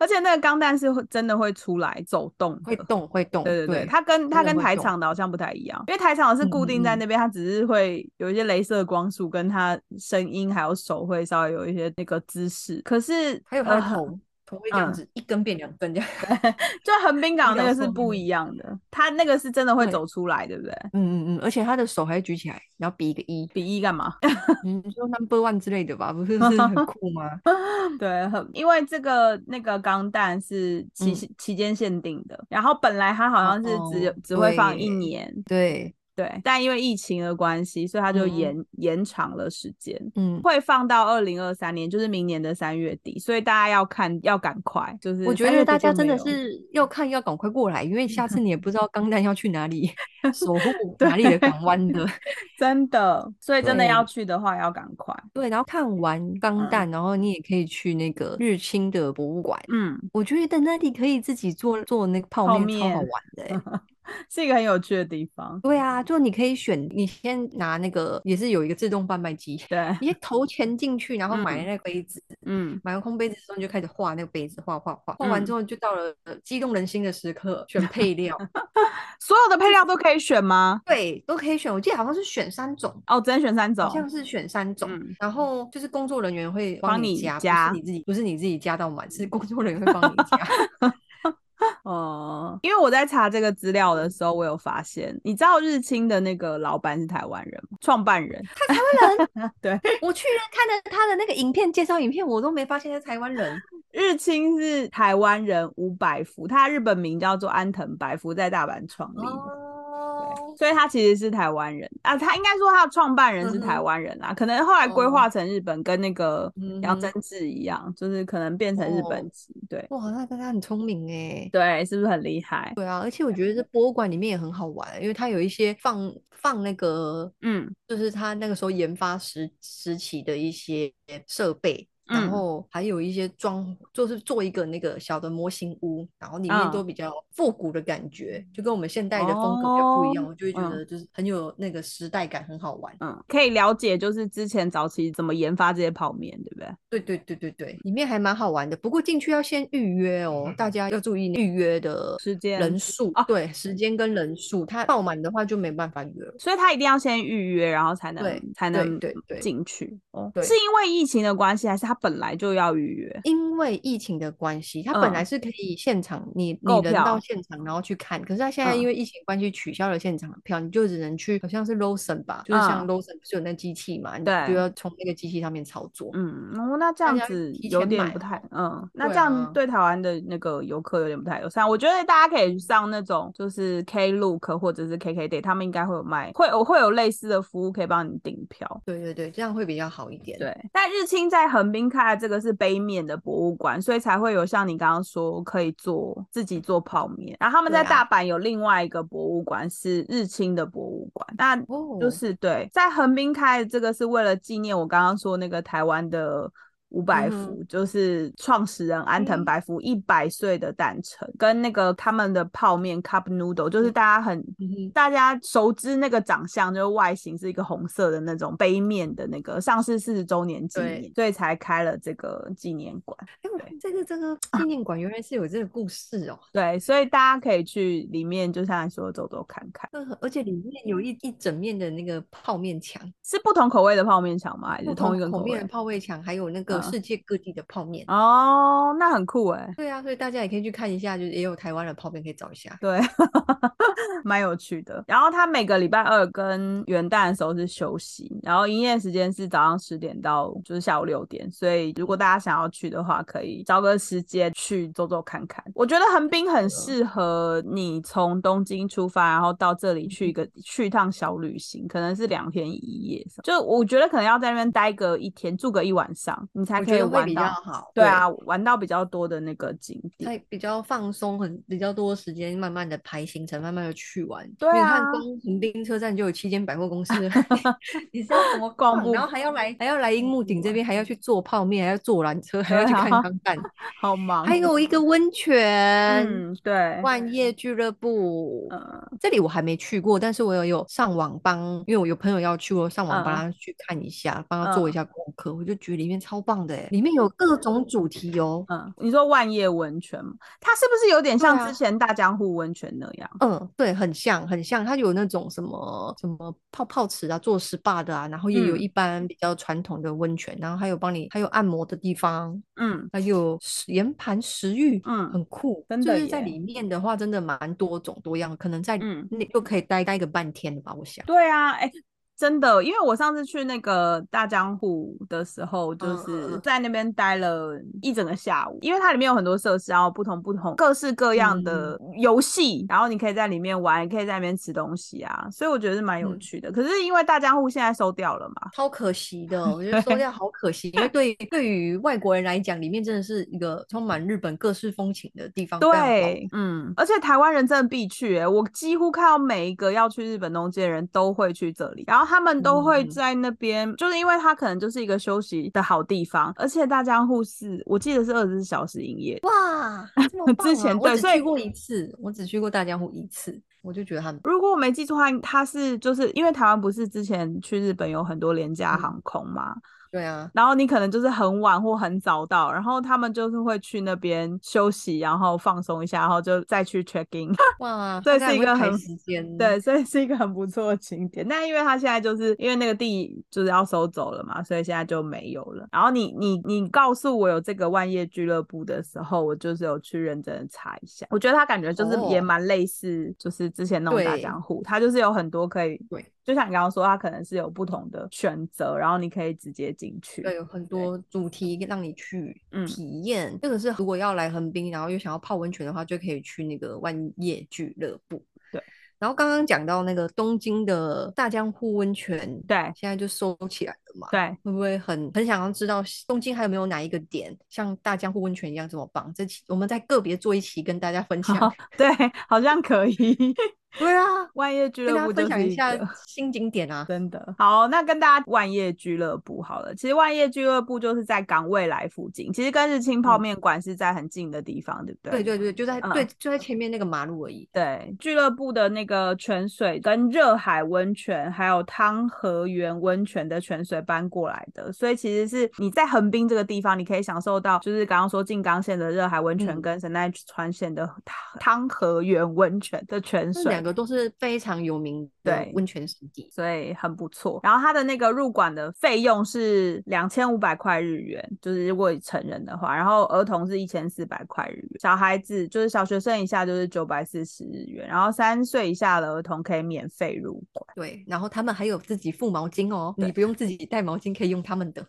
Speaker 2: 而且那个钢弹是会真的会出来走动
Speaker 1: 会
Speaker 2: 的。
Speaker 1: 动会动，
Speaker 2: 对对对，
Speaker 1: 对，
Speaker 2: 它跟它
Speaker 1: 真的
Speaker 2: 跟
Speaker 1: 会
Speaker 2: 台
Speaker 1: 动
Speaker 2: 场的好像不太一样，因为台场的是
Speaker 1: 嗯嗯
Speaker 2: 固定在
Speaker 1: 嗯
Speaker 2: 那边，它只是会有一些镭射光束，跟它声音还有手会稍微有一些那个姿势。可是
Speaker 1: 还有它的
Speaker 2: 呃
Speaker 1: 头。头会这样
Speaker 2: 嗯
Speaker 1: 子，一根变两根这样。
Speaker 2: 就横滨港那个是
Speaker 1: 手
Speaker 2: 不
Speaker 1: 那个
Speaker 2: 一样的，它那个是真的会
Speaker 1: 对
Speaker 2: 走出来，对不对？
Speaker 1: 嗯嗯嗯，而且他的手还会举起来，然后比一个一，
Speaker 2: 比翼 干嘛？
Speaker 1: 嗯，说 number one 之类的吧，不是是 很酷吗？
Speaker 2: 对，很因为这个那个钢弹是期
Speaker 1: 嗯
Speaker 2: 限期间限定的，然后本来它好像是只有
Speaker 1: 哦
Speaker 2: 只会放一
Speaker 1: 对
Speaker 2: 年，
Speaker 1: 对，
Speaker 2: 对，但因为疫情的关系，所以它就
Speaker 1: 嗯
Speaker 2: 延、延长了时间。
Speaker 1: 嗯，
Speaker 2: 会放到二零二三年，就是明年的三月底，所以大家要看，要赶快，就是
Speaker 1: 我觉
Speaker 2: 3
Speaker 1: 得
Speaker 2: 月底
Speaker 1: 大
Speaker 2: 就
Speaker 1: 家真
Speaker 2: 没
Speaker 1: 的
Speaker 2: 有
Speaker 1: 是要看，要赶快过来，因为下次你也不知道钢弹要去哪里， 守护哪里的港湾 的。
Speaker 2: 真的，所以真的要
Speaker 1: 对
Speaker 2: 去的话要赶快。
Speaker 1: 对，然后看完钢
Speaker 2: 嗯
Speaker 1: 弹，然后你也可以去那个日清的博物馆，
Speaker 2: 嗯，
Speaker 1: 我觉得那里可以自己做做那个泡
Speaker 2: 泡
Speaker 1: 面，超好玩
Speaker 2: 面
Speaker 1: 的欸、
Speaker 2: 是一个很有趣的地方。
Speaker 1: 对啊，就你可以选，你先拿那个也是有一个自动贩卖机，
Speaker 2: 对，
Speaker 1: 你先投钱进去，然后买
Speaker 2: 嗯
Speaker 1: 那个杯子，
Speaker 2: 嗯，
Speaker 1: 买完空杯子之后你就开始画那个杯子，画画画，画完
Speaker 2: 嗯
Speaker 1: 之后就到了呃激动人心的时刻，选 配料，
Speaker 2: 所有的配料都可以选吗？
Speaker 1: 对，都可以选。我记得好像是选三种，
Speaker 2: 哦，只能选三种
Speaker 1: 好。像是选三种。
Speaker 2: 嗯，
Speaker 1: 然后就是工作人员会
Speaker 2: 帮
Speaker 1: 帮
Speaker 2: 你
Speaker 1: 加，
Speaker 2: 加
Speaker 1: 不是你自己，不是你自己加到满，是工作人员会 帮你加。
Speaker 2: 哦、因为我在查这个资料的时候，我有发现，你知道日清的那个老板是台湾人吗？创办人，
Speaker 1: 我去了看了他的那个影片介绍影片，我都没发现是台湾人。
Speaker 2: 日清是台湾人吴百福，他日本名叫做安藤百福，在大阪创立的。
Speaker 1: 哦，
Speaker 2: 所以他其实是台湾人啊，他应该说他的创办人是
Speaker 1: 嗯哼
Speaker 2: 台湾人啊啦，可能后来规
Speaker 1: 哦
Speaker 2: 划成日本，跟那个
Speaker 1: 嗯
Speaker 2: 杨
Speaker 1: 哼
Speaker 2: 真志一样，就是可能变成日本
Speaker 1: 哦
Speaker 2: 籍，对
Speaker 1: 哇，那个他很聪明哎。
Speaker 2: 对，是不是很厉害？
Speaker 1: 对啊，而且我觉得这博物馆里面也很好玩，因为它有一些放放那个，
Speaker 2: 嗯，
Speaker 1: 就是他那个时候研发时时期的一些设备，
Speaker 2: 嗯
Speaker 1: 然后还有一些装，就是做一个那个小的模型屋，然后里面都
Speaker 2: 嗯
Speaker 1: 比较复古的感觉，就跟我们现代的风格比较不一样，
Speaker 2: 哦
Speaker 1: 我就会觉
Speaker 2: 嗯
Speaker 1: 得就是很有那个时代感，很好玩。
Speaker 2: 嗯，可以了解，就是之前早期怎么研发这些泡面，对不对？
Speaker 1: 对对对对对，里面还蛮好玩的，不过进去要先预约哦，大家要注意预约的
Speaker 2: 时间
Speaker 1: 人数
Speaker 2: 哦，
Speaker 1: 对，时间跟人数，它爆满的话就没办法约了。
Speaker 2: 所以他一定要先预约，然后才能
Speaker 1: 对
Speaker 2: 才
Speaker 1: 对
Speaker 2: 能
Speaker 1: 对对
Speaker 2: 进去。哦，
Speaker 1: 对
Speaker 2: 是因为疫情的关系，还是他本来就要预约？
Speaker 1: 因为疫情的关系，它本来
Speaker 2: 嗯
Speaker 1: 是可以现场，你你
Speaker 2: 购
Speaker 1: 人到
Speaker 2: 票
Speaker 1: 现场然后去看，可是它现在因
Speaker 2: 嗯
Speaker 1: 为疫情关系取消了现场的票，你就只能去，好像是 Lawson 吧，就是像
Speaker 2: 嗯
Speaker 1: Lawson 不是有那机器嘛，你
Speaker 2: 对
Speaker 1: 就要从那个机器上面操作。
Speaker 2: 嗯，哦，那这
Speaker 1: 大
Speaker 2: 样
Speaker 1: 家
Speaker 2: 子
Speaker 1: 提
Speaker 2: 有
Speaker 1: 前
Speaker 2: 点
Speaker 1: 买
Speaker 2: 不太，
Speaker 1: 哦
Speaker 2: 嗯，那
Speaker 1: 对
Speaker 2: 这样
Speaker 1: 啊
Speaker 2: 对台湾的那个游客有点不太友善。我觉得大家可以上那种就是 Klook 或者是 KKday，他们应该会有卖，会有会有类似的服务可以帮你订票。
Speaker 1: 对对对，这样会比较好一点。
Speaker 2: 对，但日清在横滨开的这个是杯面的博物馆，所以才会有像你刚刚说可以做自己做泡面。然后他们在
Speaker 1: 对
Speaker 2: 大
Speaker 1: 啊
Speaker 2: 阪有另外一个博物馆是日清的博物馆，那
Speaker 1: 哦，
Speaker 2: 就是对，在横滨开的这个是为了纪念我刚刚说那个台湾的五百
Speaker 1: 嗯哼
Speaker 2: 福，就是创始人安藤
Speaker 1: 嗯
Speaker 2: 百福一百岁的诞辰，跟那个他们的泡面 cup noodle，就是大家很。
Speaker 1: 嗯哼
Speaker 2: 大家熟知那个长相，就是外形是一个红色的那种杯面的那个上市四十周年纪
Speaker 1: 对
Speaker 2: 念，所以才开了这个纪念馆。
Speaker 1: 哎，我
Speaker 2: 对
Speaker 1: 这个这个纪念馆原来是有这个故事哦，
Speaker 2: 对，所以大家可以去里面，就像你说的走走看看，
Speaker 1: 呃而且里面有一一整面的那个泡面墙，
Speaker 2: 是不同口味的泡面墙吗？还是
Speaker 1: 不
Speaker 2: 同
Speaker 1: 同
Speaker 2: 一个口
Speaker 1: 口
Speaker 2: 味
Speaker 1: 面？的泡面墙，还有那个
Speaker 2: 嗯
Speaker 1: 世界各地的泡面。
Speaker 2: 哦，那很酷哎、
Speaker 1: 对啊，所以大家也可以去看一下，就是也有台湾的泡面可以找一下。
Speaker 2: 对， 蛮有趣的。然后他每个礼拜二跟元旦的时候是休息，然后营业时间是早上十点到就是下午六点，所以如果大家想要去的话，可以找个时间去走走看看。我觉得横滨很
Speaker 1: 啊
Speaker 2: 适合你从东京出发，然后到这
Speaker 1: 嗯
Speaker 2: 里去一个去一趟小旅行，可能是两天一夜什么，就我觉得可能要在那边待个一天，住个一晚上，你才
Speaker 1: 我
Speaker 2: 可
Speaker 1: 觉
Speaker 2: 以
Speaker 1: 得会
Speaker 2: 玩
Speaker 1: 比较
Speaker 2: 到。
Speaker 1: 好，
Speaker 2: 对啊，玩到比较多的那个景点。
Speaker 1: 它比较放松，很比较多时间，慢慢的排行程，慢慢的去玩。
Speaker 2: 对
Speaker 1: 因为你看
Speaker 2: 啊
Speaker 1: 光横滨车站就有七间百货公司 了，你是要怎么
Speaker 2: 逛
Speaker 1: 逛？
Speaker 2: 不
Speaker 1: 然后还要来，还要来樱木町
Speaker 2: 完
Speaker 1: 这边，还要去坐泡面，还要坐缆车，还要去
Speaker 2: 对啊
Speaker 1: 看钢弹，
Speaker 2: 好忙。
Speaker 1: 还有一个温泉，
Speaker 2: 嗯，对，
Speaker 1: 万叶俱乐部。
Speaker 2: 嗯
Speaker 1: 这里我还没去过，但是我有有上网帮，因为我有朋友要去，我上网帮
Speaker 2: 嗯
Speaker 1: 他去看一下，帮他做
Speaker 2: 嗯
Speaker 1: 一下功课。我就觉得里面超棒的欸，里面有各种主题哦。
Speaker 2: 嗯，你说万叶温泉吗，它是不是有点
Speaker 1: 对
Speaker 2: 像之
Speaker 1: 啊
Speaker 2: 前大江户温泉那样？
Speaker 1: 嗯，对，很像，很像，它有那种什么什么泡泡池啊，做 SPA 的啊，然后也有
Speaker 2: 嗯
Speaker 1: 一般比较传统的温泉，然后还有帮你，还有按摩的地方，
Speaker 2: 嗯
Speaker 1: 还有石岩盘石浴，
Speaker 2: 嗯
Speaker 1: 很酷，
Speaker 2: 真
Speaker 1: 就
Speaker 2: 的
Speaker 1: 是在
Speaker 2: 耶
Speaker 1: 里面的话，真的蛮多种多样，可能在
Speaker 2: 嗯，
Speaker 1: 那就可以待待个半天的吧，我想。
Speaker 2: 对啊，哎、真的，因为我上次去那个大江户的时候，就
Speaker 1: 嗯嗯
Speaker 2: 是
Speaker 1: 嗯
Speaker 2: 在那边待了一整个下午，因为它里面有很多设施，然后不同不同各式各样的
Speaker 1: 嗯
Speaker 2: 游戏，然后你可以在里面玩，也可以在里面吃东西啊，所以我觉得是蛮有
Speaker 1: 嗯
Speaker 2: 趣的。可是因为大江户现在收掉了嘛，
Speaker 1: 超可惜的，我觉得 收掉好可惜，因为对对于外国人来讲，里面真的是一个充满日本各式风情的地方，非常棒
Speaker 2: 对，嗯，而且台湾人真的必去、欸，我几乎看到每一个要去日本东京的人都会去这里，然后他们都会
Speaker 1: 嗯
Speaker 2: 在那边，就是因为它可能就是一个休息的好地方，而且大江户是我记得是二十四小时营业，
Speaker 1: 哇，这么棒
Speaker 2: 之前
Speaker 1: 啊！我
Speaker 2: 对
Speaker 1: 只
Speaker 2: 所以
Speaker 1: 去过一次，我只去过大江户一次，我就觉得他们
Speaker 2: 如果我没记错的话，它是就是因为台湾不是之前去日本有很多廉价航空嘛，
Speaker 1: 对啊，
Speaker 2: 然后你可能就是很晚或很早到，然后他们就是会去那边休息，然后放松一下，然后就再去 check in。
Speaker 1: 哇，
Speaker 2: 对
Speaker 1: 他这
Speaker 2: 是一
Speaker 1: 样会
Speaker 2: 个
Speaker 1: 排
Speaker 2: 很
Speaker 1: 时间，
Speaker 2: 对，所以是一个很不错的景点。但因为它现在就是因为那个地就是要收走了嘛，所以现在就没有了。然后你你你告诉我有这个万叶俱乐部的时候，我就是有去认真的查一下。我觉得它感觉就是也
Speaker 1: 哦
Speaker 2: 蛮类似，就是之前那种大
Speaker 1: 对
Speaker 2: 江户，它就是有很多可以
Speaker 1: 对，
Speaker 2: 就像你刚刚说，它可能是有不同的选择，然后你可以直接进去。
Speaker 1: 对，有很多主题让你去
Speaker 2: 嗯
Speaker 1: 体验。这个是如果要来横滨，然后又想要泡温泉的话，就可以去那个万叶俱乐部。
Speaker 2: 对。
Speaker 1: 然后刚刚讲到那个东京的大江户温泉，
Speaker 2: 对
Speaker 1: 现在就收起来了嘛，
Speaker 2: 对，
Speaker 1: 会不会很很想要知道东京还有没有哪一个点像大江户温泉一样这么棒？这期我们再个别做一期跟大家分 享。
Speaker 2: 好对，好像可以。
Speaker 1: 对啊，
Speaker 2: 万叶俱
Speaker 1: 跟
Speaker 2: 乐
Speaker 1: 大家
Speaker 2: 部
Speaker 1: 分
Speaker 2: 就
Speaker 1: 享
Speaker 2: 是
Speaker 1: 一
Speaker 2: 一
Speaker 1: 下
Speaker 2: 个。
Speaker 1: 新景点啊。
Speaker 2: 真的好，那跟大家万叶俱乐部好了。其实万叶俱乐部就是在港未来附近，其实跟日清泡
Speaker 1: 嗯
Speaker 2: 面馆是在很近的地方，对不
Speaker 1: 对对
Speaker 2: 对？
Speaker 1: 对，就在、
Speaker 2: 嗯
Speaker 1: 对就在前面那个马路而已。
Speaker 2: 对，俱乐部的那个泉水跟热海温泉，还有汤和园温泉的泉水搬过来的，所以其实是你在横滨这个地方，你可以享受到就是刚刚说静冈县的热海温泉
Speaker 1: 嗯
Speaker 2: 跟神奈川县的汤汤和园温泉的泉
Speaker 1: 这
Speaker 2: 水
Speaker 1: 两。个都是非常有名的
Speaker 2: 对
Speaker 1: 温泉湿地。
Speaker 2: 所以很不错。然后它的那个入馆的费用是两千五百块日元，就是如果成人的话，然后儿童是一千四百块日元，小孩子就是小学生以下就是九百四十日元，然后三岁以下的儿童可以免费入馆。
Speaker 1: 对，然后他们还有自己附毛巾哦，
Speaker 2: 对
Speaker 1: 你不用自己带毛巾，可以用他们的。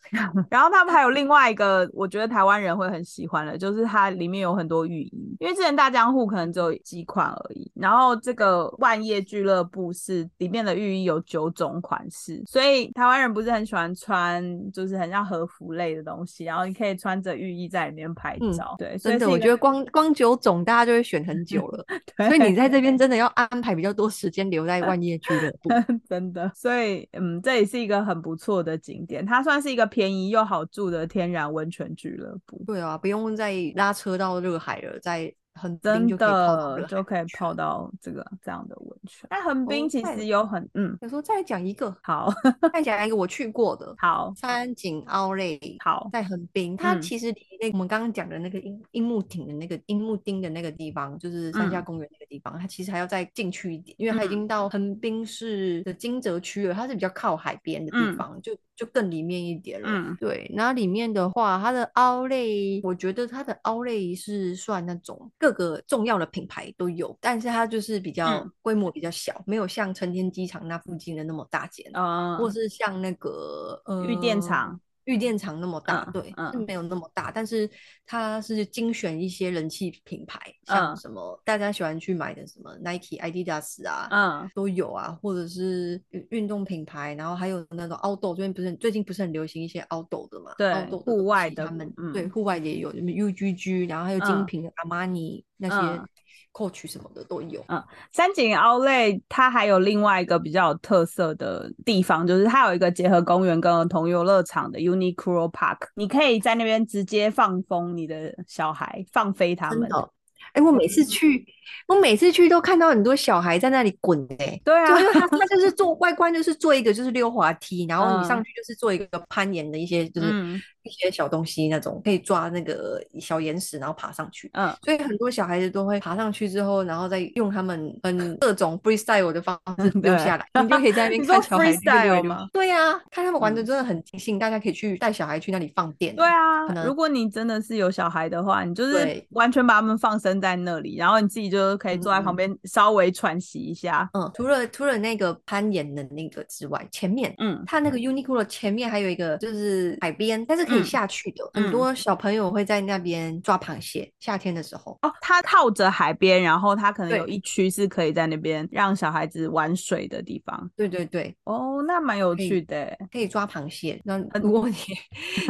Speaker 2: 然后他们还有另外一个，我觉得台湾人会很喜欢的，就是它里面有很多浴衣，因为之前大江户可能只有几款而已，然后这个万叶俱乐部是里面的浴衣有九种款式，所以台湾人不是很喜欢穿，就是很像和服类的东西，然后你可以穿着浴衣在里面拍
Speaker 1: 嗯
Speaker 2: 照，对， 所以
Speaker 1: 真的，
Speaker 2: 是一
Speaker 1: 我
Speaker 2: 个
Speaker 1: 觉得光光九种大家就会选很久 了，
Speaker 2: 对
Speaker 1: 所以你在这 边真的要安排比较多时间留在万叶俱乐部。
Speaker 2: 真的，所以嗯，这也是一个很不错的景点，它算是一个便宜又好住的天然温泉俱乐部。
Speaker 1: 对啊，不用再拉车到热海了，在横滨
Speaker 2: 真
Speaker 1: 就可以泡到
Speaker 2: 的
Speaker 1: 热海
Speaker 2: 就可以
Speaker 1: 去
Speaker 2: 泡到这个这样的温泉。那横滨
Speaker 1: 哦
Speaker 2: 其
Speaker 1: 太
Speaker 2: 实
Speaker 1: 有
Speaker 2: 有很嗯
Speaker 1: 有时候再讲一个，
Speaker 2: 好
Speaker 1: 再讲一个我去过的
Speaker 2: 好
Speaker 1: 三井奥莱，
Speaker 2: 好
Speaker 1: 在横滨，它
Speaker 2: 嗯
Speaker 1: 其实离那个我们刚刚讲的那个樱樱木町的那个樱木町的那个地方，就是三峡
Speaker 2: 嗯
Speaker 1: 公园那个地方，它其实还要再进去一点，因为它已
Speaker 2: 嗯
Speaker 1: 经到横滨市的金泽区了，它是比较靠海边的地
Speaker 2: 嗯
Speaker 1: 方，就就更里面一点了。
Speaker 2: 嗯
Speaker 1: 对，那里面的话，它的奥莱，我觉得它的奥莱是算那种各个重要的品牌都有，但是它就是比较
Speaker 2: 嗯
Speaker 1: 规模比较小，没有像成田机场那附近的那么大间，或
Speaker 2: 嗯
Speaker 1: 是像那个呃
Speaker 2: 玉电厂
Speaker 1: 玉电厂那么大，
Speaker 2: 嗯
Speaker 1: 对，是
Speaker 2: 嗯
Speaker 1: 没有那么大，但是它是精选一些人气品牌，像
Speaker 2: 嗯
Speaker 1: 什么大家喜欢去买的什么 Nike、Adidas 啊，
Speaker 2: 嗯
Speaker 1: 都有啊，或者是运运动品牌，然后还有那种 outdoor，最近不是很最近不是很流行一些 outdoor 的嘛
Speaker 2: 对
Speaker 1: ，outdoor 的
Speaker 2: 户
Speaker 1: 东
Speaker 2: 外
Speaker 1: 西，
Speaker 2: 的
Speaker 1: 他们对
Speaker 2: 嗯
Speaker 1: 户外也有什么 UGG，然后还有精
Speaker 2: 嗯
Speaker 1: 品的阿玛尼那些
Speaker 2: 嗯
Speaker 1: Coach 什么的都有。
Speaker 2: 三井奥莱它还有另外一个比较有特色的地方，就是它有一个结合公园跟儿童游乐场的 Uniqlo Park，你可以在那边直接放风你的小孩，放飞他
Speaker 1: 真
Speaker 2: 们。
Speaker 1: 的哦，哎、我每
Speaker 2: 嗯
Speaker 1: 次去，我每次去都看到很多小孩在那里滚哎、
Speaker 2: 对
Speaker 1: 就
Speaker 2: 啊，
Speaker 1: 是他，他就是做外观，就是做一个就是溜滑梯，然后你上
Speaker 2: 嗯
Speaker 1: 去就是做一个攀岩的一些就是
Speaker 2: 嗯
Speaker 1: 一些小东西那种，可以抓那个小岩石，然后爬上去。
Speaker 2: 嗯
Speaker 1: 所以很多小孩子都会爬上去之后，然后再用他们很各种 freestyle 的方式溜
Speaker 2: 嗯对
Speaker 1: 下来，你就可以在那边
Speaker 2: 你说
Speaker 1: 看小孩子溜一
Speaker 2: freestyle
Speaker 1: 溜
Speaker 2: 吗。
Speaker 1: 对呀、啊，看他们玩的
Speaker 2: 嗯
Speaker 1: 真的很尽兴，大家可以去带小孩去那里放电
Speaker 2: 对
Speaker 1: 啊，
Speaker 2: 啊
Speaker 1: 可，能
Speaker 2: 如果你真的是有小孩的话，你就是
Speaker 1: 对
Speaker 2: 完全把他们放生在那里，然后你自己就可以坐在旁
Speaker 1: 嗯
Speaker 2: 边稍微喘息一下。
Speaker 1: 嗯，除了除了那个攀岩的那个之外，前面
Speaker 2: 嗯
Speaker 1: 它那个 Uniqlo 前面还有一个就是海边，但是可以
Speaker 2: 嗯
Speaker 1: 下去的，
Speaker 2: 嗯
Speaker 1: 很多小朋友会在那边抓螃蟹，夏天的时候。
Speaker 2: 哦，它靠着海边，然后它可能有
Speaker 1: 对
Speaker 2: 一区是可以在那边让小孩子玩水的地方。
Speaker 1: 对对对，
Speaker 2: 哦，那蛮有
Speaker 1: 可以
Speaker 2: 趣的欸。
Speaker 1: 可以抓螃蟹。那
Speaker 2: 嗯
Speaker 1: 如果 你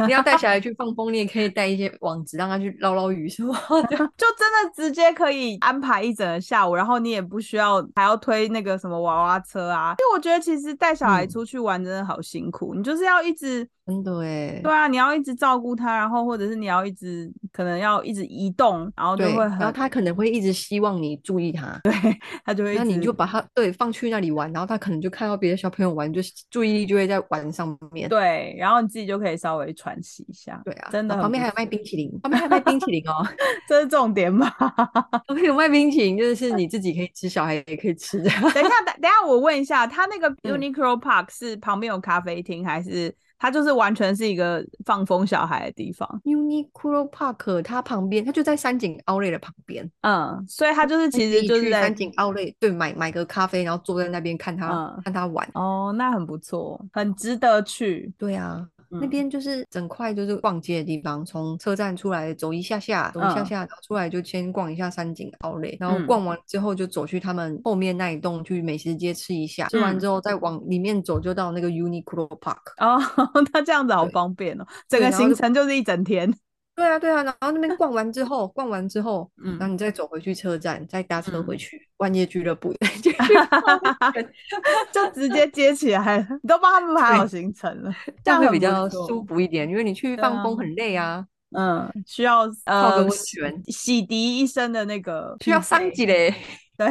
Speaker 1: 你要带小孩去放风，你也可以带一些网子让他去捞捞鱼什么 的。
Speaker 2: 就真的直接可以安排一整个下午，然后你也不需要还要推那个什么娃娃车啊。因为我觉得其实带小孩
Speaker 1: 嗯
Speaker 2: 出去玩真的好辛苦，你就是要一直
Speaker 1: 真的哎，
Speaker 2: 对啊，你要一直照顾它，然后或者是你要一直可能要一直移动，然后就
Speaker 1: 对，
Speaker 2: 会
Speaker 1: 然后
Speaker 2: 很
Speaker 1: 他可能会一直希望你注意他，对，
Speaker 2: 它就会一
Speaker 1: 那你就
Speaker 2: 直
Speaker 1: 把他对放去那里玩，然后他可能就看到别的小朋友玩，就是注意力就会在玩上面。
Speaker 2: 对，然后你自己就可以稍微喘息一下，
Speaker 1: 对啊，
Speaker 2: 真的
Speaker 1: 然后
Speaker 2: 很
Speaker 1: 旁边
Speaker 2: 不
Speaker 1: 还有卖
Speaker 2: 错
Speaker 1: 冰淇淋，旁边还有卖冰淇淋哦，
Speaker 2: 这是重点吧？
Speaker 1: 旁边有卖冰淇淋，就是你自己可以吃，小孩也可以吃的。
Speaker 2: 等一下，等等一下，我问一下，它那个
Speaker 1: 嗯
Speaker 2: Uniqlo Park 是旁边有咖啡厅，还是它就是完全是一个放风小孩的地方？
Speaker 1: Uniqlo Park 它旁边，它就在三井奥莱的旁边，
Speaker 2: 嗯，所以它就是其
Speaker 1: 自
Speaker 2: 实
Speaker 1: 己
Speaker 2: 就是
Speaker 1: 去
Speaker 2: 在
Speaker 1: 三井奥莱对买买个咖啡，然后坐在那边看他、
Speaker 2: 嗯
Speaker 1: 看他玩。
Speaker 2: 哦，那很不错，很值得去。
Speaker 1: 对啊，那
Speaker 2: 嗯
Speaker 1: 边就是整块就是逛街的地方，从车站出来走一下下，走一下
Speaker 2: 嗯
Speaker 1: 下，然后出来就先逛一下三井奥莱，然后
Speaker 2: 嗯
Speaker 1: 逛完之后就走去他们后面那一栋去美食街吃一下，吃完
Speaker 2: 嗯
Speaker 1: 之后再往里面走就到那个 Uniqlo Park。
Speaker 2: 哦， 那这样子好
Speaker 1: 对
Speaker 2: 方便哦，
Speaker 1: 对
Speaker 2: 整个
Speaker 1: 然后
Speaker 2: 行
Speaker 1: 就
Speaker 2: 程就是一整天。
Speaker 1: 对啊，对啊，然后那边逛完之后，逛完之后，
Speaker 2: 嗯
Speaker 1: 然后你再走回去车站，再搭车回
Speaker 2: 嗯
Speaker 1: 去万叶俱乐部， 再 去逛一圈
Speaker 2: 就直接接起来了， 你都帮他们排好行程了，
Speaker 1: 这样
Speaker 2: 很
Speaker 1: 会比
Speaker 2: 不
Speaker 1: 较
Speaker 2: 错
Speaker 1: 舒。服一点，因为你去
Speaker 2: 对
Speaker 1: 放风
Speaker 2: 啊
Speaker 1: 很累啊，
Speaker 2: 嗯，需要
Speaker 1: 泡个
Speaker 2: 呃嗯
Speaker 1: 温
Speaker 2: 洗
Speaker 1: 泉
Speaker 2: 洗涤一身的那个
Speaker 1: 需要
Speaker 2: 疲
Speaker 1: 上
Speaker 2: 惫
Speaker 1: 级嘞。
Speaker 2: 对，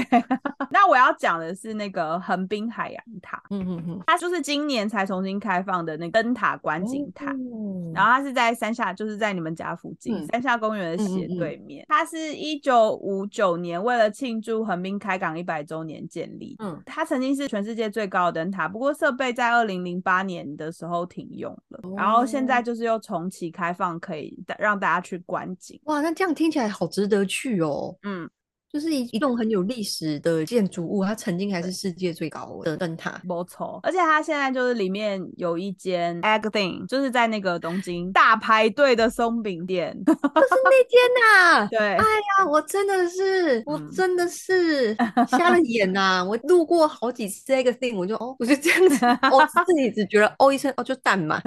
Speaker 2: 那我要讲的是那个横滨海洋塔，
Speaker 1: 嗯嗯嗯，
Speaker 2: 它就是今年才重新开放的那个灯塔观景塔。
Speaker 1: 哦
Speaker 2: 然后它是在山下，就是在你们家附近，
Speaker 1: 嗯
Speaker 2: 山下公园
Speaker 1: 嗯
Speaker 2: 的
Speaker 1: 嗯
Speaker 2: 斜
Speaker 1: 嗯
Speaker 2: 对面。它是一九五九年为了庆祝横滨开港一百周年建立。
Speaker 1: 嗯
Speaker 2: 它曾经是全世界最高的灯塔，不过设备在二零零八年的时候停用了，然后现在
Speaker 1: 哦
Speaker 2: 就是又重启开放，可以大让大家去观景。
Speaker 1: 哇，那这样听起来好值得去哦。
Speaker 2: 嗯，
Speaker 1: 就是一一栋很有历史的建筑物，它曾经还是世界最高的灯塔。
Speaker 2: 没错，而且它现在就是里面有一间 Acting，就是在那个东京大排队的松饼店。
Speaker 1: 就是那天呐、
Speaker 2: 对，
Speaker 1: 啊，我真的是，我
Speaker 2: 嗯
Speaker 1: 真的 是瞎了眼呐、我路过好几次那个 thing，我就哦，我就这样子，哦，自己只觉得哦一声哦就淡 嘛，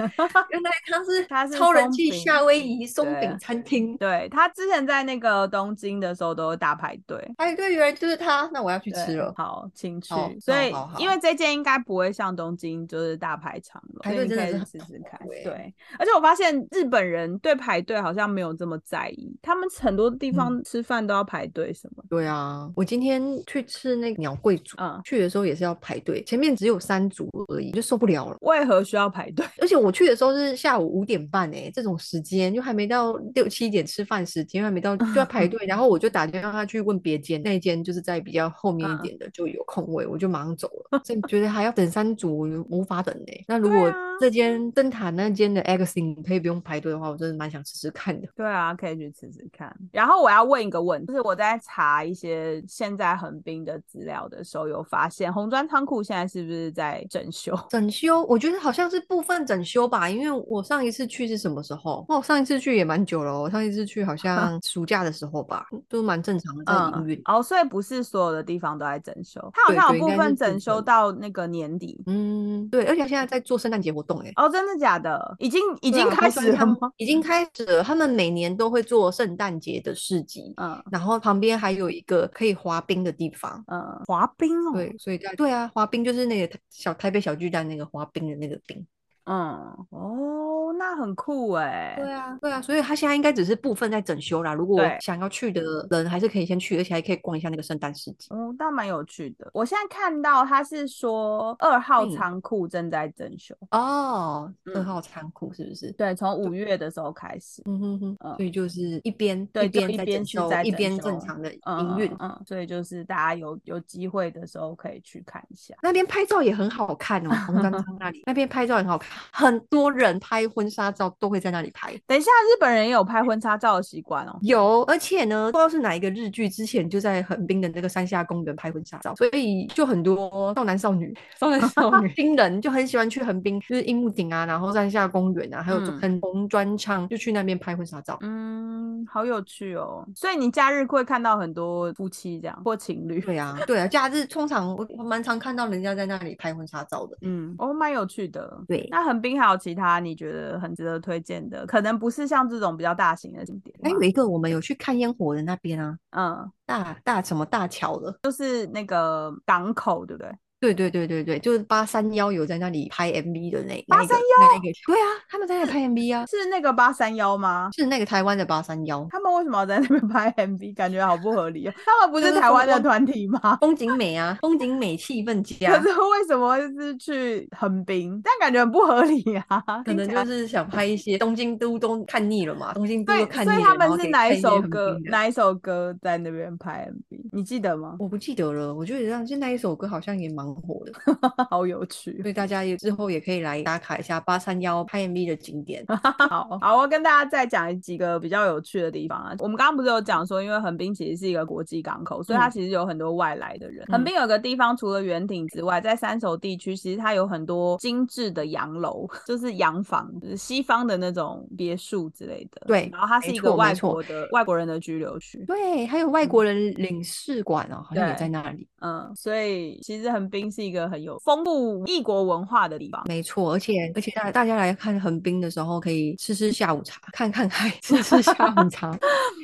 Speaker 1: 原来它是
Speaker 2: 它是
Speaker 1: 超人
Speaker 2: 松
Speaker 1: 气
Speaker 2: 饼
Speaker 1: 夏威夷松
Speaker 2: 对
Speaker 1: 饼餐厅。
Speaker 2: 对他之前在那个东京的时候都有大排队。
Speaker 1: 哎，对，原来就是它，那我要去
Speaker 2: 对
Speaker 1: 吃了。
Speaker 2: 好，请去。
Speaker 1: 好
Speaker 2: 所
Speaker 1: 好
Speaker 2: 以
Speaker 1: 好，
Speaker 2: 因为这间应该不会像东京就是大排长龙，
Speaker 1: 排
Speaker 2: 所以
Speaker 1: 队
Speaker 2: 你
Speaker 1: 真的
Speaker 2: 可以
Speaker 1: 是很
Speaker 2: 试试
Speaker 1: 痛
Speaker 2: 看。
Speaker 1: 苦欸
Speaker 2: 对，而且我发现日本人对排队好像没有这么在意，他们很多
Speaker 1: 嗯
Speaker 2: 地方吃饭都要排队什么。
Speaker 1: 对啊，我今天去吃那个鸟贵族，
Speaker 2: 嗯，
Speaker 1: 去的时候也是要排队，前面只有三组而已，就受不了了。
Speaker 2: 为何需要排队？
Speaker 1: 而且我去的时候是下午五点半哎、这种时间就还没到六七点吃饭时间，还没到就要排 队，然后我就打电话去问别间，那一间就是在比较后面一
Speaker 2: 嗯
Speaker 1: 点的就有空位，我就马上走了。真觉得还要等三组，我就无法等哎、那如
Speaker 2: 对
Speaker 1: 果
Speaker 2: 啊
Speaker 1: 这间灯塔那间的 X i n 可以不用排队的话，我真的蛮想试试看的。
Speaker 2: 对啊，可以去吃吃看。然后我要问一个问题，就是我在查一些现在横滨的资料的时候，有发现红砖仓库现在是不是在整修？
Speaker 1: 整修，我觉得好像是部分整修吧，因为我上一次去是什么时候？哦，上一次去也蛮久了哦，我上一次去 好像暑假的时候吧，都蛮正常的在营运。
Speaker 2: 哦，所以不是所有的地方都在整修，它
Speaker 1: 嗯
Speaker 2: 好
Speaker 1: 对
Speaker 2: 像
Speaker 1: 对
Speaker 2: 有
Speaker 1: 应
Speaker 2: 部
Speaker 1: 该
Speaker 2: 分
Speaker 1: 是
Speaker 2: 整
Speaker 1: 部
Speaker 2: 修
Speaker 1: 分
Speaker 2: 到那个年底。
Speaker 1: 嗯，对，而且现在在做圣诞节活动哎、啊
Speaker 2: 哦，真的假的？已经已
Speaker 1: 已
Speaker 2: 经开始了
Speaker 1: 他们
Speaker 2: 吗？
Speaker 1: 已经开始了，他们每年都会做圣诞节的市集，
Speaker 2: 嗯
Speaker 1: 然后旁边还有一个可以滑冰的地方。
Speaker 2: 嗯，滑冰哦，
Speaker 1: 对，所以在对啊，滑冰就是那个台小台北小巨蛋那个滑冰的那个冰。
Speaker 2: 嗯哦，那很酷哎。
Speaker 1: 对啊，对啊，所以他现在应该只是部分在整修啦。如果
Speaker 2: 对
Speaker 1: 想要去的人，还是可以先去，而且还可以逛一下那个圣诞市集。
Speaker 2: 哦，那蛮有趣的。我现在看到他是说二号
Speaker 1: 嗯
Speaker 2: 仓库正在整修，
Speaker 1: 哦，二
Speaker 2: 嗯
Speaker 1: 号仓库是不是？
Speaker 2: 对，从五月的时候开始，
Speaker 1: 嗯哼哼，
Speaker 2: 嗯
Speaker 1: 所以就是一边
Speaker 2: 对
Speaker 1: 一
Speaker 2: 就
Speaker 1: 边
Speaker 2: 一
Speaker 1: 在
Speaker 2: 边
Speaker 1: 整
Speaker 2: 是
Speaker 1: 修，
Speaker 2: 在
Speaker 1: 一
Speaker 2: 整
Speaker 1: 边正
Speaker 2: 修
Speaker 1: 常的营
Speaker 2: 嗯
Speaker 1: 运
Speaker 2: 嗯，嗯，所以就是大家有有机会的时候可以去看一下。
Speaker 1: 那边拍照也很好看 哦，红砖仓那里那边拍照很好看，很多人拍婚纱照都会在那里拍。
Speaker 2: 等一下，日本人也有拍婚纱照的习惯哦。
Speaker 1: 有，而且呢，不知道是哪一个日剧，之前就在横滨的那个山下公园拍婚纱照，所以就很多少男少女、少男少女 新人就很喜欢去横滨，就是樱木町啊，然后山下公园啊，还有
Speaker 2: 嗯
Speaker 1: 很红砖仓，就去那边拍婚纱照。
Speaker 2: 嗯，好有趣哦。所以你假日会看到很多夫妻这样或情侣。
Speaker 1: 对啊，对啊，假日通常我我蛮常看到人家在那里拍婚纱照的。
Speaker 2: 嗯，哦，蛮有趣的。
Speaker 1: 对，
Speaker 2: 那横滨还有其他你觉得很值得推荐的？可能不是像这种比较大型的景点
Speaker 1: 还
Speaker 2: 吗。
Speaker 1: 有一个我们有去看烟火的那边啊，
Speaker 2: 嗯，
Speaker 1: 大大什么大桥的。
Speaker 2: 就是那个港口，对不对？
Speaker 1: 对对对对对，就是八三幺有在那里拍 MV 的那那
Speaker 2: 831
Speaker 1: 一个那一个，对啊，他们在那里拍 MV 啊，
Speaker 2: 是那个八三幺吗？
Speaker 1: 是那个台湾的八三幺，
Speaker 2: 他们为什么要在那边拍 MV？感觉好不合理哦。他们不
Speaker 1: 就是是
Speaker 2: 台湾的
Speaker 1: 风光
Speaker 2: 团体吗？
Speaker 1: 风景美啊，风景美，气氛
Speaker 2: 可
Speaker 1: 佳，
Speaker 2: 是为什么是去横滨？但感觉很不合理啊。
Speaker 1: 可
Speaker 2: 听
Speaker 1: 能
Speaker 2: 起
Speaker 1: 就
Speaker 2: 来
Speaker 1: 是想拍一些东京都都看腻了嘛，东京都
Speaker 2: 所
Speaker 1: 都
Speaker 2: 以，
Speaker 1: 看腻
Speaker 2: 啊所
Speaker 1: 了，
Speaker 2: 以他
Speaker 1: 然
Speaker 2: 们
Speaker 1: 后
Speaker 2: 是
Speaker 1: 给
Speaker 2: 哪
Speaker 1: 看
Speaker 2: 一
Speaker 1: 一些
Speaker 2: 首
Speaker 1: 很
Speaker 2: 歌？
Speaker 1: 平的
Speaker 2: 哪一首歌在那边拍 MV？你记得吗？
Speaker 1: 我不记得了，我觉得让现在一首歌好像也蛮火的，
Speaker 2: 好有趣哦
Speaker 1: 所。以大家也之后也可以来打卡一下八三幺拍 MV 的景 点。
Speaker 2: 好好，我跟大家再讲几个比较有趣的地方啊。我们刚刚不是有讲说，因为横滨其实是一个国际港口，所以它
Speaker 1: 嗯
Speaker 2: 其实有很多外来的人。
Speaker 1: 嗯
Speaker 2: 横滨有个地方，除了园町之外，在三手地区，其实它有很多精致的洋楼， 就是洋房，就是西方的那种别墅之类的。
Speaker 1: 对
Speaker 2: 然后它是
Speaker 1: 没
Speaker 2: 一个
Speaker 1: 错
Speaker 2: 外
Speaker 1: 没错
Speaker 2: 国的外国人的居留区。
Speaker 1: 对，还有外国人领事馆哦，好像也
Speaker 2: 嗯对
Speaker 1: 在那里。
Speaker 2: 嗯，所以其实横滨是一个很有丰富异国文化的地方。
Speaker 1: 没错，而且而且大大家来看横滨的时候，可以吃吃下午茶，看看海，吃吃下午 茶，